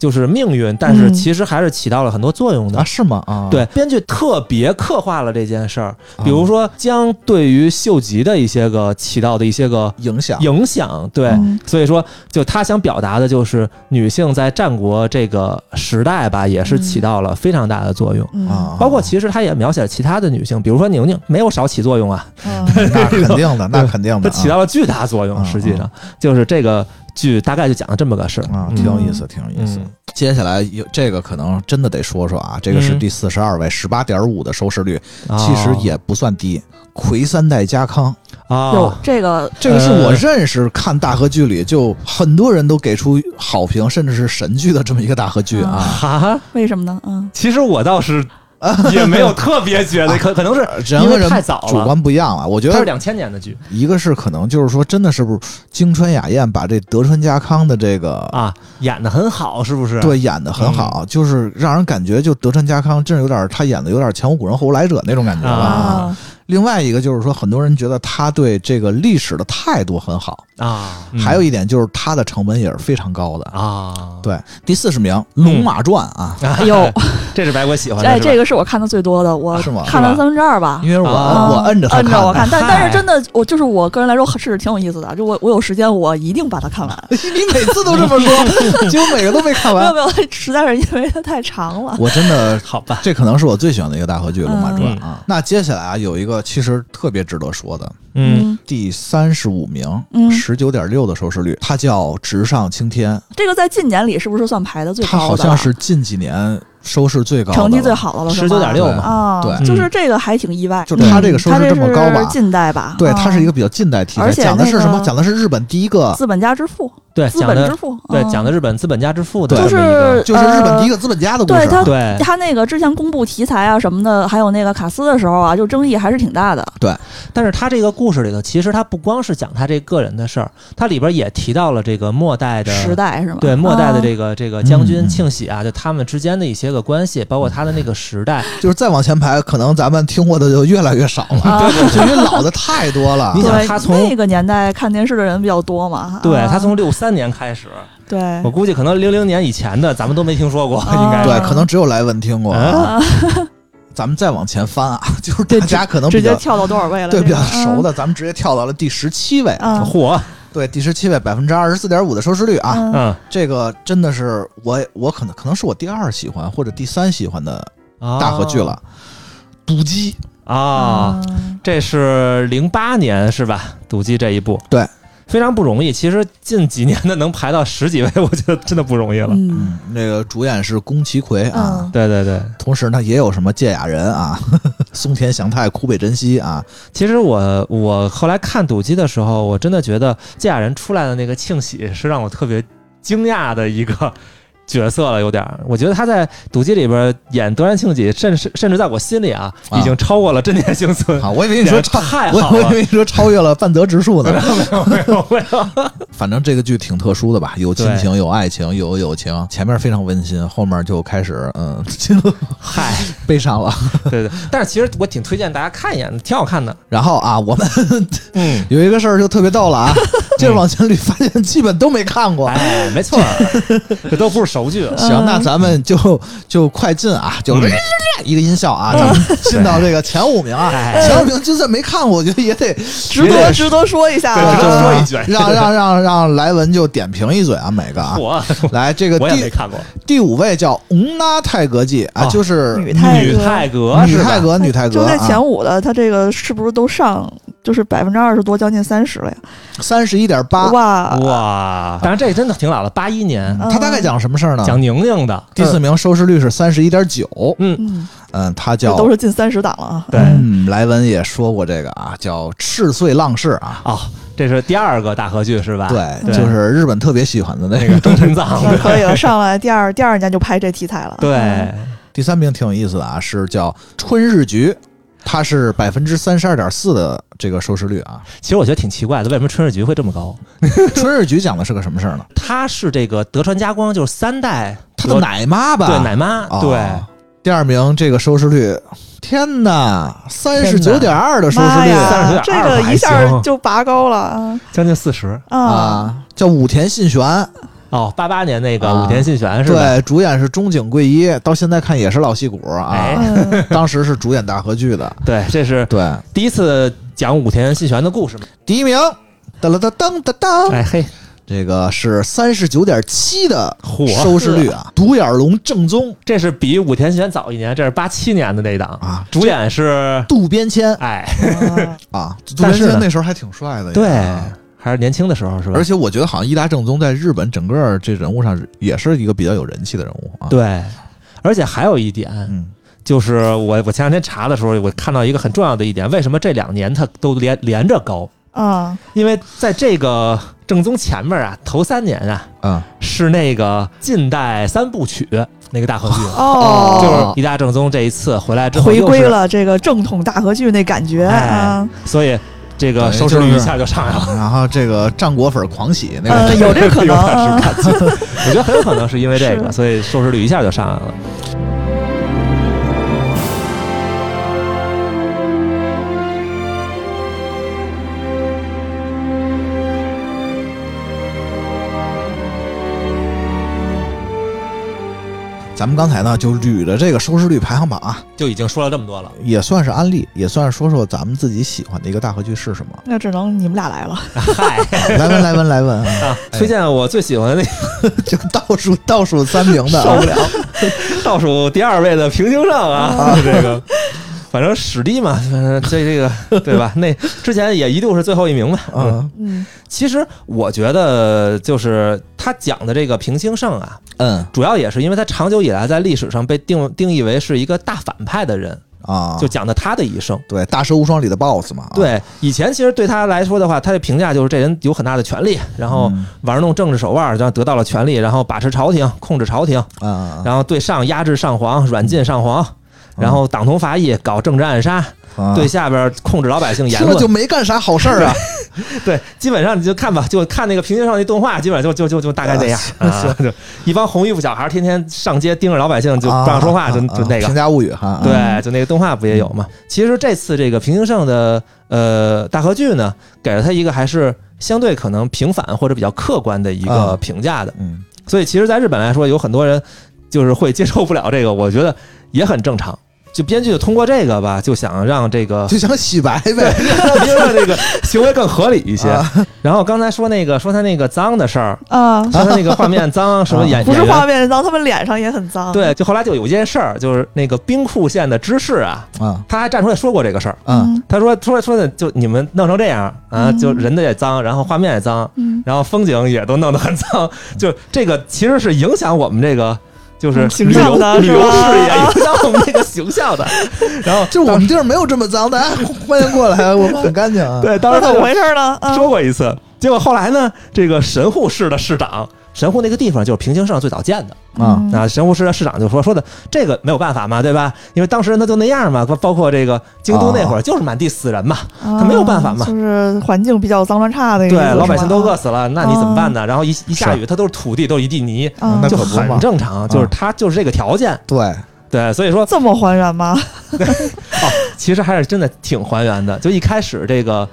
S2: 就是命运，但是
S3: 嗯
S2: 其实还是起到了很多作用
S6: 啊，
S2: 的。
S6: 是吗？啊，
S2: 对，编剧特别刻画了这件事儿，
S6: 啊，
S2: 比如说将对于秀吉的一些个起到的一些个
S6: 影响，
S2: 影响，对，
S3: 嗯
S2: 所以说就他想表达的就是女性在战国这个时代吧，也是
S6: 嗯
S2: 起到了非常大的作用。
S6: 啊
S3: 嗯，
S2: 包括其实他也描写了其他的女性，比如说宁宁，没有少起作用啊，
S3: 嗯
S6: 那肯定的，那肯定的
S2: 她
S6: 啊，
S2: 起到了巨大作用。
S6: 嗯
S2: 实际上，就是这个剧大概就讲了这么个事儿
S6: 啊，
S2: 嗯
S6: 挺有意思，挺有意思
S2: 嗯。
S6: 接下来有这个可能真的得说说啊，这个是
S2: 嗯
S6: 第四十二位，十八点五的收视率，
S2: 哦
S6: 其实也不算低。魁三代家康，
S3: 有
S6: 哦
S2: 啊，
S3: 这个
S6: 这个是我认识看大河剧里就很多人都给出好评，甚至是神剧的这么一个大河剧啊。
S2: 哈，
S3: 为什么呢？嗯，
S5: 其实我倒是也没有特别觉得，可可能是
S6: 人
S2: 因
S6: 和
S2: 为
S6: 人
S2: 太早了
S6: 主观不一样了。我觉
S2: 它是
S6: 得
S2: 两千年的剧
S6: 一个是可能就是说，真的是不是京川雅彦把这德川家康的这个
S2: 啊，演的很好，是不是？
S6: 对演的很好，就是让人感觉就德川家康真是有点他演的有点前无古人后无来者那种感觉了。
S2: 啊
S3: 啊，
S6: 另外一个就是说，很多人觉得他对这个历史的态度很好，
S2: 啊
S5: 嗯
S6: 还有一点就是他的成本也是非常高的。
S2: 啊，
S6: 对，第四十名《龙马传》啊，
S2: 哎
S3: 哎呦，
S5: 这是白我喜欢的，
S3: 哎，
S5: 是吧
S3: 这个是我看的最多的，我
S6: 啊是吗
S3: 看了三分之二吧嗯
S6: 因。为我
S5: 啊
S6: 我摁着他
S3: 摁着我
S6: 看
S3: 看，但
S5: 嗨
S3: 但是真的，我就是我个人来说是挺有意思的。就我我有时间，我一定把它看完。
S6: 的， 你每次都这么说，结果每个都没看
S3: 没有
S6: 完。
S3: 没有，实在是因为它太长了。
S6: 我真的
S5: 好吧，
S6: 这可能是我最喜欢的一个大合剧《
S3: 嗯
S6: 龙马传》啊。那接下来啊，有一个其实特别值得说的，
S2: 嗯，
S6: 第三十五名，
S3: 嗯
S6: 十九点六的收视率，它叫《直上青天》，
S3: 这个在近年里是不是算排的最
S6: 它
S3: 高
S6: 好
S3: 的了？
S6: 像是近几年收视最高的了，
S3: 成绩最
S2: 嗯
S3: 好的了，是吗
S2: 19.6嘛
S3: 啊，
S6: 对
S3: 就是这个还挺意外。嗯
S6: 就它这个收
S3: 它
S6: 视
S3: 这
S6: 这么高吧
S3: 是？近代吧？
S6: 对，
S3: 啊
S6: 它是一个比较近代题材，
S3: 而且
S6: 讲的
S3: 那
S6: 是什么？
S3: 个呃
S6: 讲的是日本第一个，
S3: 资本家之父，
S2: 对，
S3: 资
S2: 讲
S3: 本之
S2: 的
S3: 父，
S2: 对
S3: 嗯
S2: 讲的日本资本家之父的
S6: 对
S2: 这
S3: 就
S2: 么一个
S6: 就是
S3: 是
S6: 日本第一
S3: 个。
S6: 个资本家的故
S3: 对
S6: 事。啊
S3: 他
S2: 对
S3: 他那个之前公布题材啊什么的，还有那个卡斯的时候啊，就争议还是挺大的。
S2: 但是他这个故事里头，其实他不光是讲他这个人的事儿，他里边也提到了这个末代的
S3: 时代啊是吗？
S2: 对末代的这
S3: 个
S2: 个、这个将
S6: 嗯
S2: 军
S6: 嗯
S2: 庆喜啊，就他们之间的一些个关系，包括他的那个时代。
S6: 就是再往前排，可能咱们听过的就越来越少了，
S3: 啊，
S6: 就因为老的太多了
S2: 你。想
S3: 对
S2: 他从
S3: 那个年代看电视的人比较多嘛。
S2: 对
S3: 啊
S2: 他从六三年开始，
S3: 对
S2: 我估计可能零零年以前的咱们都没听说过，
S3: 啊
S2: 应该
S6: 对，可能只有莱文听过。
S2: 啊
S6: 咱们再往前翻啊，就是大家可能
S3: 直
S6: 比
S3: 接
S6: 较
S3: 跳到多少位了？
S6: 对
S3: 这
S6: 比
S3: 个
S6: 较熟的，咱们直接跳到了第十七位。
S3: 啊，
S2: 火，
S6: 对，第十七位百分之二十四点五的收视率啊，
S3: 嗯
S2: 嗯，
S6: 这个真的是我我可能可能是我第二喜欢或者第三喜欢的
S2: 嗯
S6: 大合剧了。赌鸡，
S3: 嗯
S2: 啊。这是零八年是吧？赌鸡这一部，
S6: 对，
S2: 非常不容易。其实近几年的能排到十几位，我觉得真的不容易了。
S3: 嗯
S6: 嗯，那个主演是宫崎葵啊，
S3: 嗯
S2: 对对对，
S6: 同时呢也有什么芥雅人啊、 松田翔太、枯北真希啊，
S2: 其实我我后来看赌鸡的时候，我真的觉得芥雅人出来的那个庆喜是让我特别惊讶的一个角色了，有点儿。我觉得他在赌鸡里边演德川庆喜，甚至甚至在我心里啊，
S6: 啊
S2: 已经超过了真田幸村。
S6: 啊，我以为你说超，
S2: 太
S6: 我
S2: 好
S6: 我以
S2: 了，
S6: 为你说超越了半泽直树呢。
S2: 没有没 有，
S6: 反正这个剧挺特殊的吧，有亲情，有爱情，有友情，前面非常温馨，后面就开始嗯， 就
S2: 嗨，
S6: 悲伤了。
S2: 对对。但是其实我挺推荐大家看一眼的，挺好看的。
S6: 然后啊，我们
S2: 嗯，
S6: 有一个事儿就特别逗了
S5: 哎
S6: 啊，接着往前捋，发现基本都没看过。
S2: 哎，没错儿，这都不是熟剧。
S6: 行，那咱们就就快进啊，就
S5: 嗯
S6: 一个音效啊，咱们进到这这个前五名啊，
S2: 哎
S6: 前五名就算没看过，我觉得也 得
S3: 值
S5: 绝
S3: 得
S5: 对
S3: 值得说一下
S5: 对
S3: 了
S5: 值得说一句
S6: 让让让让莱文就点评一嘴啊，每个啊。
S5: 我
S6: 来，这个
S5: 我也没
S6: 第
S5: 看过，
S6: 第五位叫《红拉泰格记》啊，
S2: 哦
S6: 就是
S3: 女泰
S5: 女
S3: 戈
S5: 泰格
S6: 女
S5: 是
S6: 泰
S5: 吧？
S6: 格，女泰格
S3: 哎就在前
S6: 啊，
S3: 五的，它这个是不是都上就是百分之二十多，将近三十了呀？
S6: 三十一点八。
S3: 哇，
S5: 哇，
S2: 当然这真的挺老了，八一年
S3: 嗯
S6: 它大概讲什么事儿呢？
S2: 讲宁宁的，
S6: 第四
S5: 嗯
S6: 名收视率是三十一点九，
S3: 嗯，
S6: 嗯，它
S3: 这
S6: 叫
S3: 都是近三十档了啊。
S2: 对
S6: 嗯，莱文也说过这个啊，叫《赤穗浪士》啊，
S2: 哦，这是第二个大合剧是吧？
S6: 对，
S2: 啊对
S6: 就是日本特别喜欢的那
S2: 那
S6: 个
S2: 个。中 村藏
S3: 那可以了，上来第二第二年就拍这题材了。嗯
S2: 对，
S6: 第三名挺有意思的啊，是叫《春日局》，它是百分之三十二点四的这个收视率啊。
S2: 其实我觉得挺奇怪的，为什么春日局会这么高？
S6: 《春日局》讲的是个什么事儿呢？
S2: 他是这个德川家光，就是三代
S6: 他的
S2: 德
S6: 奶妈吧？
S2: 对奶妈，
S6: 哦
S2: 对
S6: 第二名这个收视率，天哪，三十九
S2: 天
S6: 点二的收视
S3: 妈
S6: 率
S2: 39.2，
S3: 呀这个一
S2: 还
S3: 下
S2: 行
S3: 就拔高了啊
S2: 将近四十
S3: 啊！
S6: 啊，叫武田信玄，
S2: 哦，八八年那个
S6: 啊
S2: 武田信玄是吧？
S6: 对，主演是中井贵一，到现在看也是老戏骨啊，
S2: 哎
S3: 嗯
S6: 当时是主演大合剧的。
S2: 对，这是
S6: 对，
S2: 第一次讲武田信玄的故事嘛？
S6: 第一名，噔了噔噔噔噔，
S2: 哎嘿，
S6: 这个是三十九点七的
S2: 嚯
S6: 收视率 啊，《独眼龙正宗》
S2: 这是比武田信玄早一年，这是八七年的那一档，
S6: 啊，
S2: 主演是
S6: 渡边谦
S2: 哎，
S6: 啊，渡
S2: 但
S6: 边
S2: 是呢
S6: 谦那时候还挺帅的，
S2: 对
S6: 啊，
S2: 还是年轻的时候是吧？
S6: 而且我觉得好像伊达正宗在日本整个这人物上也是一个比较有人气的人物啊。，
S2: 对，而且还有一点，
S6: 嗯，
S2: 就是我我前两天查的时候，我看到一个很重要的一点，为什么这两年它都连连着高？
S3: 啊，
S2: 因为在这个正宗前面啊，头三年啊
S6: 啊
S2: 是那个近代三部曲，那个大合剧，
S3: 哦，
S2: 就是一大正宗这一次回来之后
S3: 回
S2: 又
S3: 归
S2: 是，
S3: 了这个正统大合剧那感觉
S2: 哎
S3: 啊，
S2: 所以这个
S6: 对
S2: 收视率
S6: 就
S2: 一
S6: 是
S2: 下就上来了。
S6: 然后这个战国粉儿狂喜那
S3: 呃，
S6: 个
S3: 有 这可能啊。
S2: 我觉得很有可能是因为这个，
S3: 是。
S2: 所以收视率一下就上来了。
S6: 咱们刚才呢就捋着这个收视率排行榜啊，
S2: 就已经说了这么多了，
S6: 也算是安利，也算是说说咱们自己喜欢的一个大合剧是什么
S3: 那只能你们俩来了，
S2: 嗨，
S6: 来文来文来 文，啊
S2: 推荐我最喜欢的那个
S6: 就倒数倒数三名的
S2: 受
S6: 啊
S2: 不了，倒数第二位的平行上啊，
S3: 哦
S2: 这个。反正史蒂嘛，反正这这 个对吧？那之前也一度是最后一名嘛。嗯，
S6: 啊
S3: 嗯，
S2: 其实我觉得就是他讲的这个平清盛啊，
S6: 嗯
S2: 主要也是因为他长久以来在历史上被定定义为是一个大反派的人，
S6: 啊，
S2: 就讲的他的一生。
S6: 对《大蛇无双》里的 BOSS 嘛，啊，
S2: 对，以前其实对他来说的话，他的评价就是这人有很大的权力，然后
S6: 嗯
S2: 玩弄政治手腕，然后得到了权力，然后把持朝廷，控制朝廷，
S6: 啊
S2: 然后对上压制上皇，软禁上皇，然后党同伐异，搞政治暗杀，
S6: 嗯啊，
S2: 对下边控制老百姓言
S6: 听了就
S2: 论，
S6: 没干啥好事儿啊，
S2: 对，基本上你就看吧，就看那个《平行少女》动画，基本上就就就就大 概这样啊，就 一帮红衣服小孩天天上街盯着老百姓， 就不让说话，
S6: 啊
S2: 就
S6: 啊
S2: 就那
S6: 啊
S2: 个
S6: 平。家物语》哈，啊
S2: 对，就那个动画不也有嘛？其实这次这个平行胜的呃大合剧呢，给了他一个还是相对可能平反或者比较客观的一个
S6: 啊
S2: 评价的。
S6: 嗯
S2: 所以其实，在日本来说，有很多人就是会接受不了这个，我觉得也很正常。就编剧通过这个吧，就想让这个
S6: 就想洗白呗，啊
S2: 让这个行为更合理一些。然后刚才说那个说他那个脏的事儿，
S3: 啊，
S2: 说他那个画面脏，什么演
S3: 不
S2: 嗯
S3: 是
S2: 演员
S3: 画面脏，他们脸上也很脏。，
S2: 对，就后来就有一件事儿，就是那个兵库县的知事啊，
S6: 啊
S2: 他还站出来说过这个事儿。
S6: 啊，
S2: 他说说说的就你们弄成这样啊，
S3: 嗯
S2: 就人的也脏，然后画面也脏，
S3: 嗯，
S2: 然后风景也都弄得很脏，就这个其实是影响我们这个。就是
S3: 嗯形
S2: 旅游
S3: 象的
S2: 旅游
S3: 是吧
S2: 事业影响我们这个形象 的，然后
S6: 就是我们地儿没有这么脏，大家欢迎过来，我们很干净啊。
S2: 对，当时
S3: 那
S2: 他
S3: 怎
S2: 就
S3: 么回事呢？啊
S2: 说过一次，结果后来呢，这个神户市的市长，神户那个地方就是平清盛最早建的，
S3: 嗯
S6: 啊，
S2: 啊，神户市的市长就说说的这个没有办法嘛，对吧？因为当时人他就那样嘛，包包括这个京都那会
S3: 哦
S2: 儿就是满地死人嘛，
S3: 他
S2: 他没有办法嘛
S3: 就是环境比较脏乱差的一个
S2: 嗯对
S3: 意思，是吧，
S2: 老百姓都饿死了，那你怎么
S3: 哦
S2: 办呢？然后一一下雨，它都是土地，都是一地泥，
S3: 啊
S6: 那
S2: 就
S6: 可不嘛嗯
S2: 很正常，就是它就是这个条件。
S6: 对，
S2: 对，所以说
S3: 这么还 原吗？
S2: 其实还是真的挺还原的。就一开始这个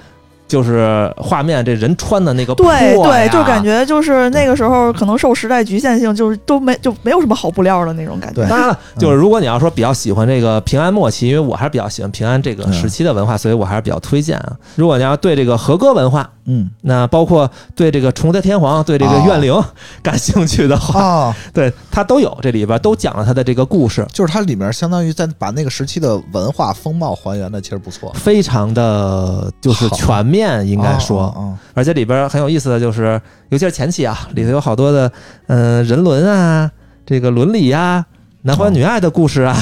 S2: 就是画面，这人穿的那个破
S3: 对
S2: 呀
S3: 对，就感。觉就是那个时候可能受时代局限性，就是都没就没有什么好布料的那种感觉。
S6: 对
S2: 当然了，就是如果你要说比较喜欢这个平安末期，因为我还是比较喜欢平安这个
S6: 嗯
S2: 时期的文化，所以我还是比较推荐啊。如果你要对这个和歌文化，
S6: 嗯
S2: 那包括对这个崇德天皇、对这
S6: 哦
S2: 个怨灵感兴趣的
S3: 哦
S2: 话，
S6: 啊，
S2: 对它都有，这里边都讲了它的这个故事。
S6: 就是它里面相当于在把那个时期的文化风貌还原的，其实不错，
S2: 非常的就是
S6: 好
S2: 全面，应该说，
S6: 啊
S2: 而且里边很有意思的就是，尤其是前期啊，里头有好多的嗯、呃人伦啊，这个伦理啊，男欢女爱的故事啊，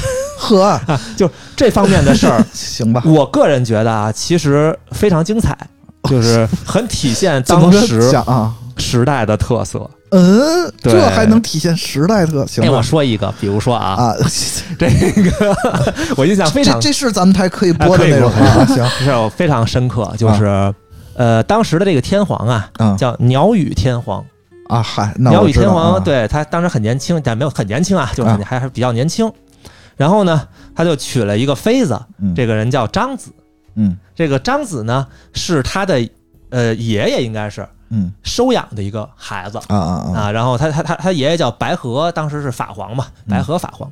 S6: 哦 呵，，
S2: 就这方面的事儿
S6: 行吧，
S2: 我个人觉得啊，其实非常精彩，就是很体现
S6: 哦 怎么
S2: 当
S6: 着
S2: 时
S6: 讲啊？
S2: 时代的特色。
S6: 嗯，
S2: 对
S6: 这还能体现时代特行
S2: 哎，我
S6: 吧？
S2: 说一个，比如说啊，
S6: 啊，
S2: 这个我印象非
S6: 这
S2: 常
S6: 这是咱们台可以播的
S2: 哎可以
S6: 内容啊，行
S2: 这让我非常深刻，就是、呃，当时的这个天皇啊，
S6: 啊
S2: 叫鸟语天皇。
S6: 啊，嗨，那
S2: 鸟
S6: 我
S2: 语
S6: 知道
S2: 天皇
S6: 啊，
S2: 对他当时很年轻，但没有很年轻啊，就是
S6: 啊
S2: 还还比较年轻。然后呢，他就娶了一个妃子，
S6: 嗯
S2: 这个人叫张子。
S6: 嗯
S2: 这个张子呢，是他的呃爷爷应该是
S6: 嗯
S2: 收养的一个孩子
S6: 啊啊啊
S2: 啊。然后他他他他爷爷叫白河，当时是法皇嘛，
S6: 嗯
S2: 白河法皇。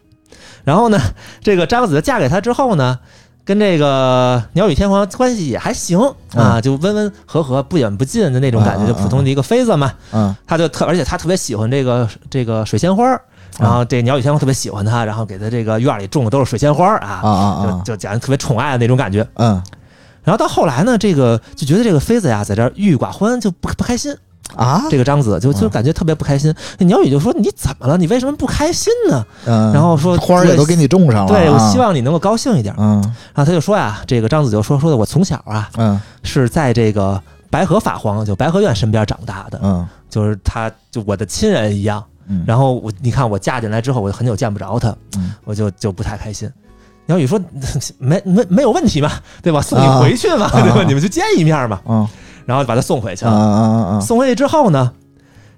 S2: 然后呢，这个张子嫁给他之后呢。跟这个鸟语天皇关系也还行啊，就温温和和、不远不近的那种感觉，
S6: 嗯啊啊
S2: 就普通的一个妃子嘛。
S6: 啊
S2: 他就特，而且他特别喜欢这个这个水仙花儿，
S6: 啊
S2: 然后这鸟语天皇特别喜欢他，然后给他这个院里种的都是水仙花儿
S6: 啊
S2: 啊，
S6: 啊
S2: 就就讲特别宠爱的那种感觉。
S6: 啊
S2: 然后到后来呢，这个就觉得这个妃子呀，在这儿郁郁寡欢，就不不开心。
S6: 嗯啊，
S2: 这个张子就就
S6: 嗯
S2: 感觉特别不开心。那鸟语就说：“你怎么了？你为什么不开心呢
S6: 嗯，
S2: 然后说
S6: 花儿也都给你种上？”了，
S2: 对我
S6: 啊
S2: 希，望你能够高兴一点。
S6: 嗯
S2: 然后他就说呀，这个张子就说说的，我从小啊
S6: 嗯
S2: 是在这个白河法皇，就白河院身边长大的，
S6: 嗯
S2: 就是他就我的亲人一样。
S6: 嗯
S2: 然后我你看我嫁进来之后，我就很久见不着他，
S6: 嗯
S2: 我就就不太开心。鸟语说 没没没有问题嘛，对吧？送你
S6: 啊
S2: 回去嘛，
S6: 啊
S2: 对吧？
S6: 啊
S2: 你们就见一面嘛，
S6: 啊
S2: 然后就把他送回去
S6: 啊
S2: 了。
S6: 啊
S2: 送回去之后呢，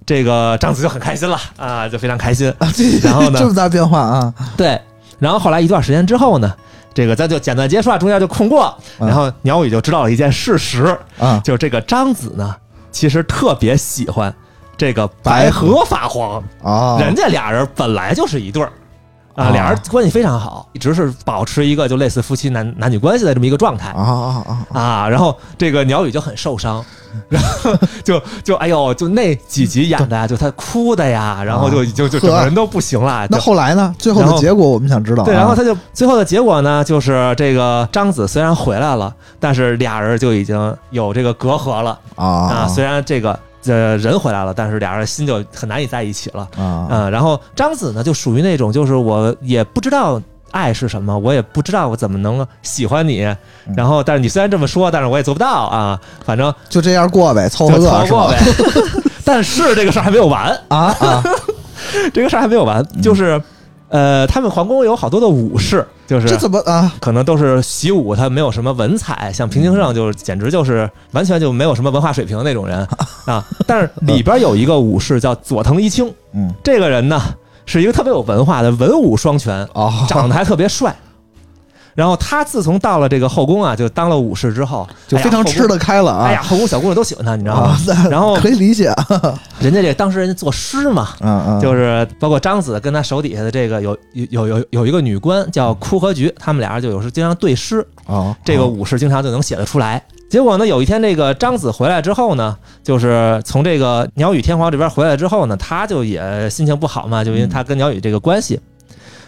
S2: 这个张子就很开心了啊，就非常开心。
S6: 啊！这
S2: 然后呢
S6: 这么大变化啊！
S2: 对，然后后来一段时间之后呢，这个咱就简短结束啊，中间就空过。
S6: 嗯
S2: 然后鸟语就知道了一件事实，
S6: 啊，
S2: 就是这个张子呢，其实特别喜欢这个
S6: 白
S2: 白
S6: 河
S2: 河法皇，
S6: 哦，
S2: 人家俩人本来就是一对儿。啊，
S6: 哦
S2: 俩人关系非常
S6: 啊
S2: 好，一直是保持一个就类似夫妻男男女关系的这么一个状态
S6: 啊啊啊
S2: 啊。然后这个鸟语就很受伤， 然后就就哎呦，就那几集演的呀，就他哭的呀，然后就
S6: 哦
S2: 就就
S6: 呵
S2: 整个人都不行了。
S6: 那
S2: 就
S6: 后来呢？最后
S2: 然
S6: 的
S2: 后
S6: 结果我们想知道啊。
S2: 对，然后他就最后的结果呢，就是这个张子虽然回来了，但是俩人就已经有这个隔阂了啊。
S6: 啊，
S2: 虽然这个呃人回来了，但是俩人心就很难以在一起了。
S6: 啊
S2: 嗯，然后张子呢，就属于那种就是我也不知道爱是什么，我也不知道我怎么能喜欢你。
S6: 嗯
S2: 然后，但是你虽然这么说，但是我也做不到啊。反正
S6: 就这样过呗，凑合
S2: 就
S6: 乐
S2: 凑
S6: 是
S2: 过
S6: 吧
S2: 呗。 但是这个事儿还没有完，
S6: 啊啊
S2: 这个事儿还没有完，
S6: 嗯
S2: 就是。呃，他们皇宫有好多的武士，就是
S6: 这怎么啊？
S2: 可能都是习武，他没有什么文采，像平清盛就是简直就是完全就没有什么文化水平那 种人啊。但是里边有一个武士叫佐藤一清，
S6: 嗯，
S2: 这个人呢是一个特别有文化的文武双 全，
S6: 哦，
S2: 长得还特别帅。然后他自从到了这个后宫啊，就当了武士之后，
S6: 就非常吃得开了啊。
S2: 哎呀，后宫小姑娘都喜欢他，你知道吗
S6: 啊，？ 那
S2: 然 后
S6: 可以理解啊，
S2: 人家这当时人家作诗嘛，
S6: 嗯嗯，
S2: 就是包括章子跟他手底下的这个有有有有有一个女官叫枯荷菊，他们俩人就有时候经常对诗，
S6: 哦，
S2: 这个
S6: 哦
S2: 武士经常就能写得出来。结果呢，有一天这个章子回来之后呢，就是从这个鸟语天皇这边回来之后呢，他就也心情不好嘛，就因为
S6: 嗯
S2: 他跟鸟语这个关系。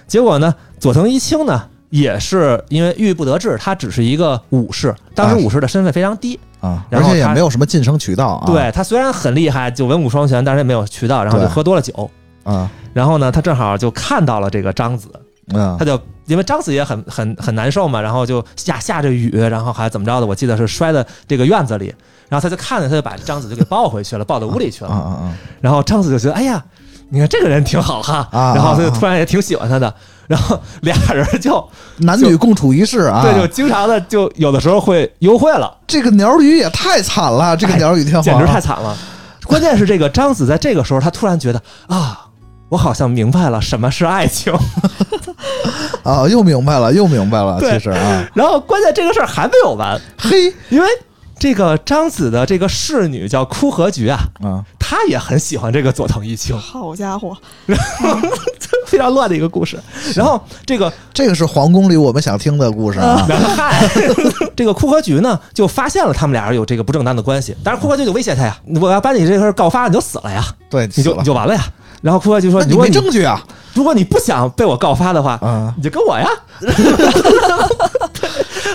S2: 结果呢，佐藤一清呢也是因为郁郁不得志，他只是一个武士，当时
S6: 啊
S2: 武士的身份非常低，
S6: 啊，
S2: 然
S6: 而
S2: 后
S6: 且也
S2: 他
S6: 没有什么晋升渠道啊。
S2: 对他虽然很厉害，就文武双全，但是也没有渠道，然后就
S6: 对
S2: 喝多了酒。
S6: 啊，
S2: 然后呢，他正好就看到了这个章子，
S6: 嗯
S2: 他就因为张子也很很很难受嘛，然后就下下着雨，然后还怎么着的，我记得是摔在这个院子里，然后他就看着他就把张子就给抱回去了，抱到屋里去
S6: 啊
S2: 了，
S6: 啊
S2: 然后张子就觉得哎呀，你看这个人挺好哈，
S6: 啊
S2: 然后他就突然也挺喜欢他的，然后俩人就
S6: 啊，男女共处一室啊。
S2: 对就经常的就有的时候会幽会了，
S6: 这个鸟语也太惨了，这个鸟语天啊皇
S2: 哎简直太惨了。关键是这个张子在这个时候，他突然觉得啊，我好像明白了什么是爱情。
S6: 啊！又明白了，又明白了，
S2: 对
S6: 其实 啊，
S2: 然后关键这个事儿还没有完，
S6: 嘿
S2: 因为这个张子的这个侍女叫枯荷菊啊，
S6: 啊
S2: 她也很喜欢这个佐藤一清，
S3: 好家伙，
S2: 非常乱的一个故事。然后这个，
S6: 这个是皇宫里我们想听的故事啊。
S2: 然后嗨， 这个枯荷菊呢就发现了他们俩人有这个不正当的关系，但是枯荷菊就威胁他呀，我要把你这个事儿告发，你就死了呀，
S6: 对，
S2: 你
S6: 死
S2: 就
S6: 了
S2: 你就完了呀。然后枯荷菊说
S6: 那：“你
S2: 如果
S6: 没
S2: 你
S6: 证据啊
S2: 如果你不想被我告发的话，
S6: 啊
S2: 你就跟我呀。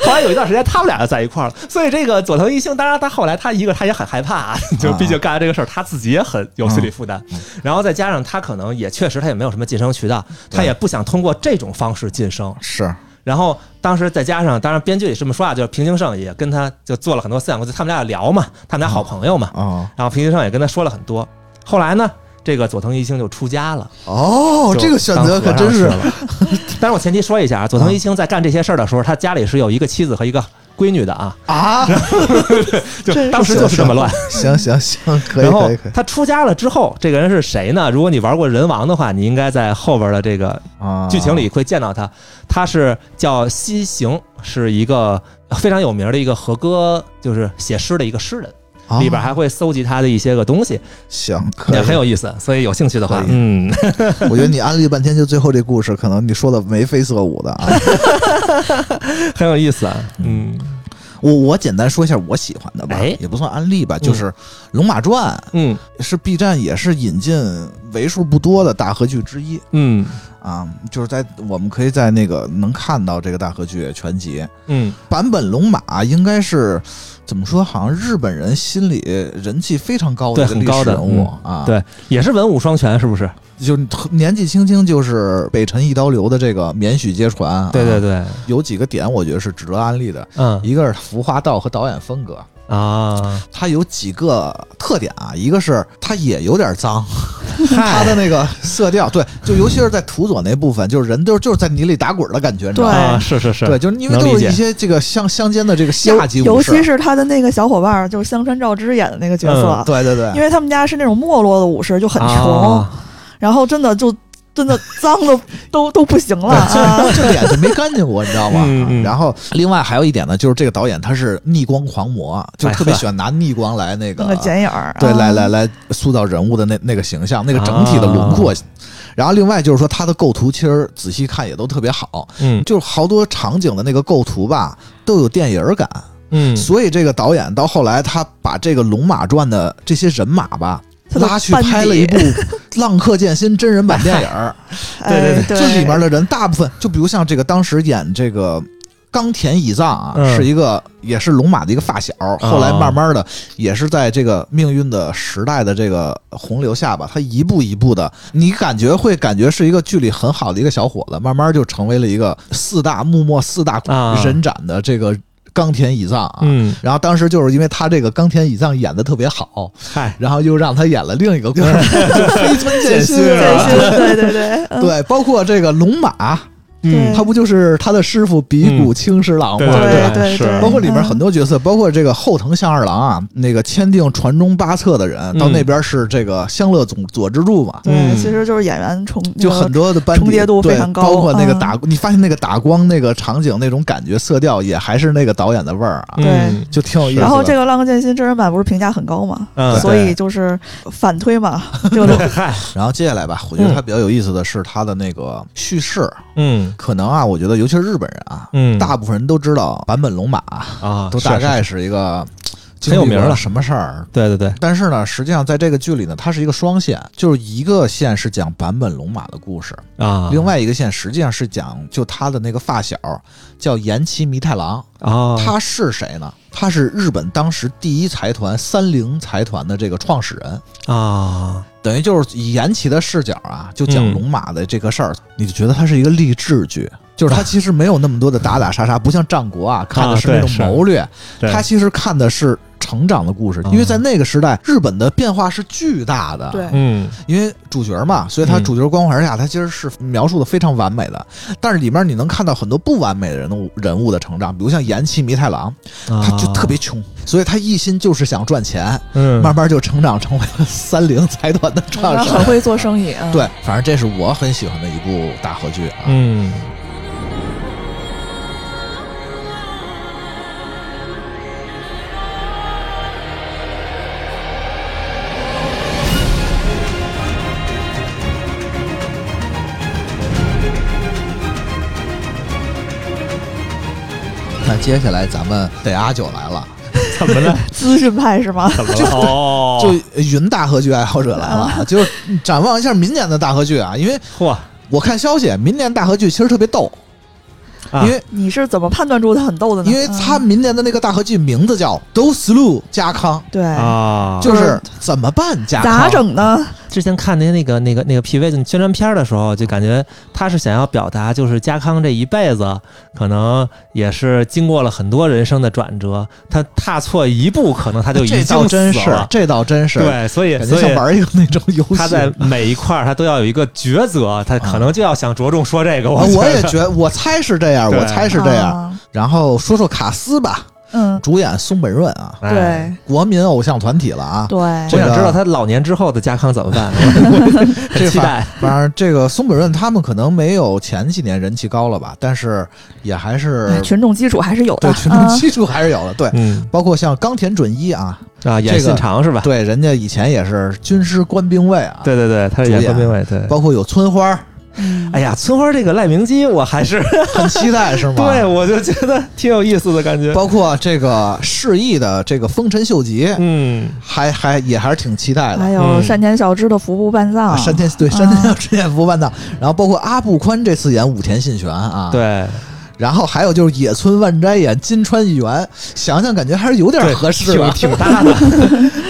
S2: 后来有一段时间，他们俩就在一块儿了。所以这个佐藤一星，当然他后来他一个他也很害怕、啊， 就毕竟干了这个事儿，他自己也很有心理负担。然后再加上他可能也确实他也没有什么晋升渠道，他也不想通过这种方式晋升。
S6: 是
S2: 然后当时再加上，当然编剧也这么说啊，就是平清盛也跟他就做了很多思想工作，他们俩聊嘛，他们俩好朋友嘛。
S6: 啊
S2: 然后平清盛也跟他说了很多。后来呢，这个佐藤一星就出家了。
S6: 哦，
S2: 就
S6: 这个选择可真是
S2: 当和尚去了。但是我前提说一下啊，佐藤一清在干这些事儿的时候，他家里是有一个妻子和一个闺女的啊，
S6: 啊，
S2: 就
S3: 真是
S2: 当时 就是这么乱。
S6: 行行行，可以
S2: 然后
S6: 可以可以
S2: 他出家了之后，这个人是谁呢？如果你玩过人王的话，你应该在后边的这个
S6: 啊，
S2: 剧情里会见到他。他是叫西行，是一个非常有名的一个和歌，就是写诗的一个诗人。
S6: 啊
S2: 里边还会搜集他的一些个东西，
S6: 行，可以
S2: 也很有意思。所以有兴趣的话
S6: 可以，
S2: 嗯，
S6: 我觉得你安利半天，就最后这故事，可能你说的眉飞色舞的啊。
S2: 很有意思啊。嗯
S6: 我我简单说一下我喜欢的吧，
S2: 哎
S6: 也不算安利吧，就是《龙马传
S2: 嗯》
S6: 是 B 站也是引进为数不多的大合剧之一
S2: 嗯
S6: 啊，就是在我们可以在那个能看到这个大合剧全集
S2: 嗯
S6: 版本。龙马啊应该是怎么说？好像日本人心里人气非常高的
S2: 对
S6: 一个历
S2: 很高
S6: 史
S2: 的
S6: 人物啊，
S2: 对，也是文武双全，是不是？
S6: 就是年纪轻轻就是北辰一刀流的这个免许皆传、啊，
S2: 对对，对，
S6: 有几个点我觉得是值得安利的，
S2: 嗯
S6: 一个是服化道和导演风格。
S2: 啊，
S6: 它有几个特点啊，一个是它也有点脏， 他的那个色调，对，就尤其是在土佐那部分，就是人都就是在泥里打滚的感觉，你知道吗？
S2: 啊，是是是，
S6: 对，就是因为
S2: 能
S6: 都
S2: 理
S6: 是
S2: 解
S6: 一些这个乡乡间的这个下级
S3: 尤
S6: 武
S3: 尤
S6: 士，
S3: 其是他的那个小伙伴儿，就是香川照之演的那个角色，
S6: 对对对
S3: 因，为他们家是那种没落的武士，就很穷，
S2: 啊
S3: 然后真的就真的脏的都都不行 了啊。
S6: 这脸就没干净过，你知道吗？啊
S2: 嗯嗯
S6: 然后另外还有一点呢，就是这个导演他是逆光狂魔，就特别喜欢拿逆光来那个
S3: 哎弄个剪影儿，
S6: 对，
S3: 啊
S6: 来来来，塑造人物的那那个形象，那个整体的轮廓。然后另外就是说，它的构图其实仔细看也都特别好，
S2: 嗯
S6: 就是好多场景的那个构图吧，都有电影儿感。
S2: 嗯，
S6: 所以这个导演到后来，他把这个《龙马传》的这些人马吧。
S3: 他的
S6: 拉去
S3: 班底
S6: 拍了一部《 浪客剑心》真人版电影儿，
S3: 哎对
S6: 这里面的人大部分，就比如像这个当时演这个冈田乙藏啊，
S2: 嗯啊
S6: 是一个也是龙马的一个发小，后来慢慢的也是在这个命运的时代的这个洪流下吧，他一步一步的，你感觉会感觉是一个距离很好的一个小伙子，慢慢就成为了一个四大幕末四大
S2: 啊
S6: 人斩的这个冈田乙藏啊。
S2: 嗯，
S6: 然后当时就是因为他这个冈田乙藏演的特别好，
S2: 嗨，
S6: 然后又让他演了另一个 故事，就飞村剑心
S2: 剑
S3: 对
S6: 啊。
S3: 是对对对，嗯
S6: 对，包括这个龙马，嗯
S3: 对
S6: 他不就是他的师傅比谷清十郎吗？
S2: 嗯
S3: 对
S2: 对
S3: 对
S2: 是
S3: 对，嗯
S6: 包括里面很多角色，包括这个后藤向二郎啊，那个签订船中八策的人，到那边是这个香乐总佐之助嘛，
S3: 嗯
S2: 嗯
S3: 对，其实就是演员呃重
S6: 就很多的班底
S3: 重叠度非常高嗯
S6: 对包括那个打，你发现那个打光那个场景那种感觉色调，也还是那个导演的味儿啊，
S3: 对
S2: 嗯
S6: 就挺有意思的。
S3: 然后这个《浪客剑心》真人版不是评价很高嘛，
S2: 嗯
S3: 所以就是反推嘛，就是
S6: 然后接下来吧，我觉
S3: 嗯
S6: 得它比较有意思的是它的那个叙事，
S2: 嗯
S6: 可能啊，我觉得尤其是日本人啊，
S2: 嗯，
S6: 大部分人都知道坂本龙马
S2: 啊，
S6: 都
S2: 是
S6: 大
S2: 是
S6: 概是一个
S2: 很有名
S6: 的
S2: 了
S6: 什么事儿。
S2: 对对对，
S6: 但是呢，实际上在这个剧里呢，它是一个双线，就是一个线是讲坂本龙马的故事，
S2: 啊，
S6: 另外一个线实际上是讲就他的那个发小叫岩崎弥太郎，
S2: 啊，
S6: 他是谁呢？他是日本当时第一财团三菱财团的这个创始人，
S2: 啊，
S6: 等于就是以岩崎的视角啊，就讲
S2: 嗯
S6: 龙马的这个事儿，你就觉得它是一个励志剧，就是它
S2: 啊
S6: 其实没有那么多的打打杀杀，不像战国啊看的是那种
S2: 对是
S6: 谋略，
S2: 对
S6: 它其实看的是成长的故事，因为在那个时代，日本的变化是巨大的，
S3: 对，
S2: 嗯
S6: 因为主角嘛，所以他
S2: 嗯
S6: 主角光环下，他其实是描述的非常完美的，但是里面你能看到很多不完美的人物人物的成长，比如像岩崎弥太郎，
S2: 啊，
S6: 他就特别穷，所以他一心就是想赚钱，
S2: 嗯
S6: 慢慢就成长成为了三菱财团的创
S3: 他
S6: 始人。
S3: 很会做生意 啊。嗯
S6: 对，反正这是我很喜欢的一部大合剧啊。
S2: 嗯。
S6: 那接下来咱们得阿九来了，
S2: 怎么了？
S3: 资讯派是吗？
S2: 怎么了？哦，
S6: 就云大合剧爱好者来了啊，就是展望一下明年的大合剧啊，因为
S2: 嚯，
S6: 我看消息，啊明年大合剧其实特别逗，
S2: 啊
S6: 因为
S3: 你是怎么判断出他很逗的呢？
S6: 因为
S3: 嗯
S6: 他明年的那个大合剧名字叫《都思路加康
S3: 对》，
S2: 啊，
S6: 就是怎么办加康
S3: 咋？整呢？
S2: 之前看那些那个那个那个 PV 就宣传片的时候，就感觉他是想要表达，就是家康这一辈子可能也是经过了很多人生的转折，他踏错一步，可能他就已
S6: 这
S2: 经
S6: 倒真
S2: 死
S6: 是
S2: 了，。
S6: 这倒真是，
S2: 对，所以
S6: 感觉
S2: 所
S6: 像
S2: 以
S6: 玩一个那种游戏。啊
S2: 他在每一块儿他都要有一个抉择，他可能就要想着重说这个。
S6: 啊
S2: 觉
S6: 我也
S2: 得
S6: 觉，我猜是这样，
S2: 对
S6: 我猜是这样。
S3: 啊。
S6: 然后说说卡斯吧，
S3: 嗯，
S6: 主演松本润啊，
S2: 哎
S3: 对
S6: 国民偶像团体了啊。
S3: 对，
S2: 我
S6: 这
S2: 想
S6: 个
S2: 知道他老年之后的家康怎么办， 很
S6: 这
S2: 期待。
S6: 反反正这个松本润他们可能没有前几年人气高了吧，但是也还是
S3: 哎群众基础还是有的。
S6: 对群众
S3: 啊
S6: 基础还是有的。对，
S2: 嗯
S6: 包括像冈田准一啊，
S2: 啊，
S6: 这
S2: 演
S6: 个
S2: 信长是吧？
S6: 对，人家以前也是军师官兵卫啊，，
S2: 对对对，他是
S6: 主
S2: 演
S6: 演
S2: 官兵卫。对，
S6: 包括有村花 儿，
S3: 嗯
S2: 哎呀，村花这个赖明基，我还是
S6: 很期待是吗？
S2: 对，。我就觉得挺有意思的感觉。
S6: 包括这个释义的这个丰臣秀吉，
S2: 嗯，
S6: 还还也还是挺期待的。啊
S3: 还有
S2: 嗯
S3: 山田小枝的服部半藏，
S6: 山田对山田之眼服万藏，然后包括阿部宽这次演武田信玄啊，，
S2: 对，
S6: 然后还有就是野村万斋演金川议员，想想感觉还是有点
S2: 对
S6: 合适
S2: 挺
S6: 的，
S2: 挺大的，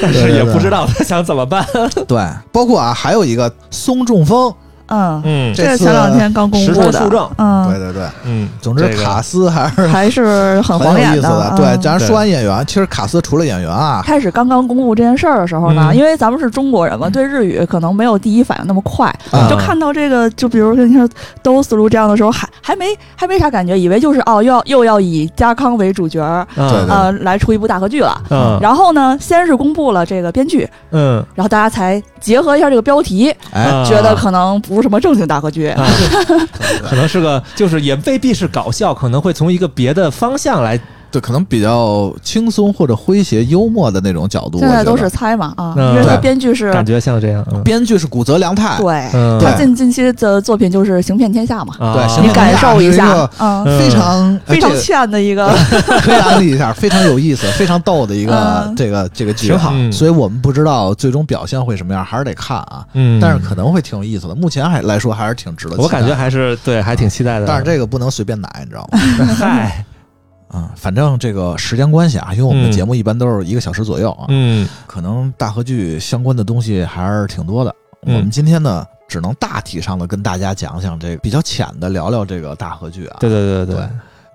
S2: 但
S6: 对
S2: 是
S6: 对
S2: 也
S6: 对
S2: 不知道他想怎么办。
S6: 对，包括啊，还有一个松中风，
S3: 嗯，
S5: 嗯，
S3: 这
S6: 这
S3: 是
S6: 次
S3: 前两天刚公
S5: 实
S3: 布
S5: 锤
S3: 的
S5: 数证，
S6: 对
S3: 嗯，
S6: 对对，
S5: 嗯，
S6: 总之
S5: 这个
S6: 卡斯还是
S3: 还是很
S6: 很
S3: 晃
S6: 有
S3: 眼
S6: 意思的。
S3: 嗯
S6: 对，咱说完演员，其实卡斯除了演员啊，
S3: 开始刚刚公布这件事儿的时候呢，
S5: 嗯
S3: 因为咱们是中国人嘛，对日语可能没有第一反应那么快，
S6: 啊
S3: 就看到这个，就比如说像 Do Through 这样的时候，还还没还没啥感觉，以为就是哦，又要又要以家康为主角儿，
S5: 嗯
S6: 对
S3: 呃，来出一部大合剧了。
S5: 嗯
S3: 然后呢，先是公布了这个编剧，
S5: 嗯，
S3: 然后大家才结合一下这个标题，
S6: 哎，
S5: 啊
S3: 觉得可能不是什么正经大合剧。
S5: 啊，可能是个，就是也未必是搞笑，可能会从一个别的方向来。
S6: 对，可能比较轻松或者诙谐幽默的那种角度。
S3: 现
S6: 我
S3: 在
S6: 觉
S3: 都
S6: 得
S3: 是猜嘛啊，
S5: 嗯
S3: 因为他
S6: 对
S3: 编剧是
S5: 感觉像这样，嗯
S6: 编剧是古泽良太，
S3: 对，
S5: 嗯，
S3: 他
S6: 对
S3: 近近期的作品就是《行骗天下》嘛，
S5: 啊
S6: 对
S2: 嗯
S6: 行
S3: 你
S6: 骗天
S3: 感
S6: 下
S3: 受一
S6: 是一
S3: 下
S6: 个，
S3: 嗯，
S5: 嗯
S6: 非常
S3: 非常
S6: 哎这
S3: 欠的一个，
S6: 个可以安利一下，非常有意 思，非常逗的一个
S3: 嗯
S6: 这个这个剧，啊
S5: 挺好嗯
S6: 所以我们不知道最终表现会什么样，还是得看啊。
S5: 嗯，
S6: 但是可能会挺有意思的，目前还来说还是挺值得期待。
S5: 我感觉，还是对，还挺期待的。
S6: 但是这个不能随便拿，你知道吗？
S5: 嗨，
S6: 啊、反正这个时间关系啊，因为我们的
S5: 嗯
S6: 节目一般都是一个小时左右啊，
S5: 嗯
S6: 可能大合剧相关的东西还是挺多的。
S5: 嗯
S6: 我们今天呢，只能大体上的跟大家讲讲这个，比较浅的聊聊这个大合剧啊。
S5: 对对对
S6: 对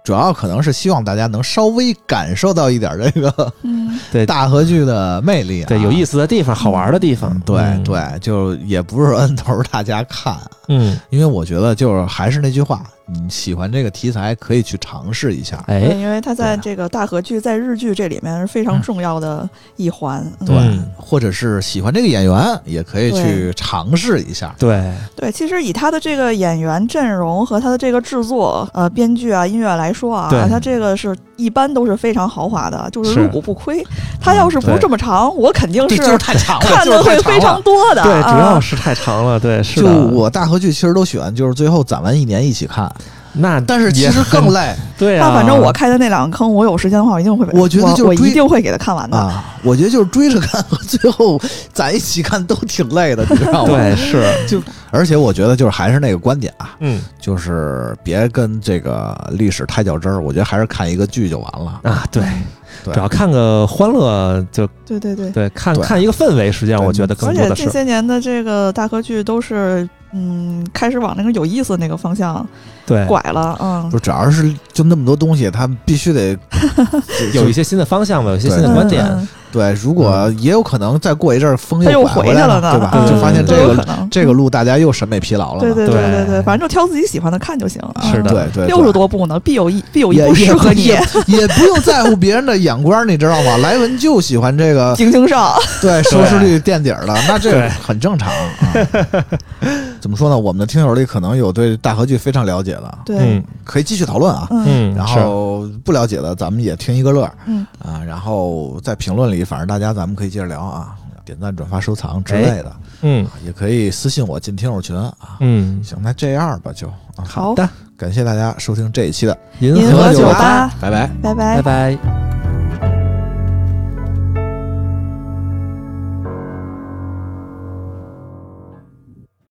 S6: 主要可能是希望大家能稍微感受到一点 这个
S3: 嗯，
S5: 对
S6: 大合剧的魅力、啊，
S5: 对，有意思的地方，好玩的地方
S6: 嗯，对、
S5: 嗯，
S6: 对，就也不是摁头大家看，
S5: 嗯，
S6: 因为我觉得就是还是那句话，你喜欢这个题材可以去尝试一下。
S3: 对，
S5: 哎，
S3: 因为他在
S6: 对
S3: 这个大合剧在日剧这里面是非常重要的一环，嗯
S6: 对，
S5: 嗯
S6: 或者是喜欢这个演员，也可以去尝试一下。
S5: 对，
S3: 对，其实以他的这个演员阵容和他的这个制作、呃编剧啊、音乐来说啊
S5: 对，
S3: 他这个是一般都是非常豪华的，就是
S5: 是
S3: 入股不亏。他要是不
S5: 对
S3: 这么长，我肯定
S6: 这嗯就是太长了，
S3: 看
S6: 就是
S3: 的
S6: 太
S3: 会
S6: 长
S3: 非
S6: 了
S3: 常多的。
S5: 对，
S3: 啊
S5: 主要是太长了，对，是
S6: 就
S5: 的，
S6: 我大合剧其实都喜欢，就是最后攒完一年一起看，
S5: 那
S6: 但是其
S5: 也
S6: 实更累
S5: 对啊，
S3: 那反正我开的那两个坑，我有时间的话，我一定会给，
S6: 我觉得就是
S3: 我
S6: 追
S3: 一定会给他看完的。
S6: 啊！我觉得就是追着看和最后攒一起看都挺累的，你知道吗？
S5: 对是，就
S6: 而且我觉得就是还是那个观点啊，
S5: 嗯
S6: 就是别跟这个历史太较真儿，我觉得还是看一个剧就完了。
S5: 啊，对，
S6: 对
S5: 主要看个欢乐，就
S3: 对对对，
S5: 对，看
S6: 对
S5: 看一个氛围，实际上我觉得更
S3: 而
S5: 多
S3: 且
S5: 的
S3: 这
S5: 是，
S3: 些年的这个大合剧都是。嗯，开始往那个有意思那个方向
S5: 对，
S3: 拐了，嗯
S6: 不，是，主要是就那么多东西，他们必须 得
S5: 有一些嗯新的方向吧，有一些
S6: 对
S5: 新的
S6: 嗯
S5: 观点，
S3: 嗯
S6: 对。如果也有可能再过一阵儿风
S3: 他又
S6: 拐
S3: 回
S6: 回来
S3: 去了呢，
S6: 对吧？
S3: 嗯
S6: 就发现这
S3: 都有
S6: 个
S3: 可 能
S6: 这个路大家又审美疲劳了
S3: 对
S6: 嘛。
S3: 对
S5: 对
S3: 对对，反正就挑自己喜欢的看就行。
S5: 是的
S3: 嗯
S6: 对对，
S3: 六十多部呢，必有一必有一
S6: 也
S3: 部适合你
S6: 也。也也不用在乎别人的眼光，你知道吗？莱文就喜欢这 个，
S3: 井井上，
S6: 对收视率垫底儿了，那这
S5: 对
S6: 个很正常。啊 怎么说呢？我们的听友里可能有对大合剧非常了解的，
S3: 对，
S5: 嗯
S6: 可以继续讨论啊。
S3: 嗯
S5: 嗯，
S6: 然
S5: 是
S6: 后不了解的，咱们也听一个乐儿
S3: 嗯，
S6: 啊。然后在评论里，反正大家咱们可以接着聊啊，点赞、转发、收藏之类的，
S5: 嗯
S6: 也可以私信我进听友群啊。
S5: 嗯，
S6: 行，那这样吧，就啊，
S3: 好
S5: 的，
S6: 感谢大家收听这一期的，
S5: 银
S3: 银
S5: 河
S3: 河
S6: 酒
S3: 酒
S6: 吧
S3: 吧，
S6: 拜拜。
S3: 拜拜
S5: 拜。拜。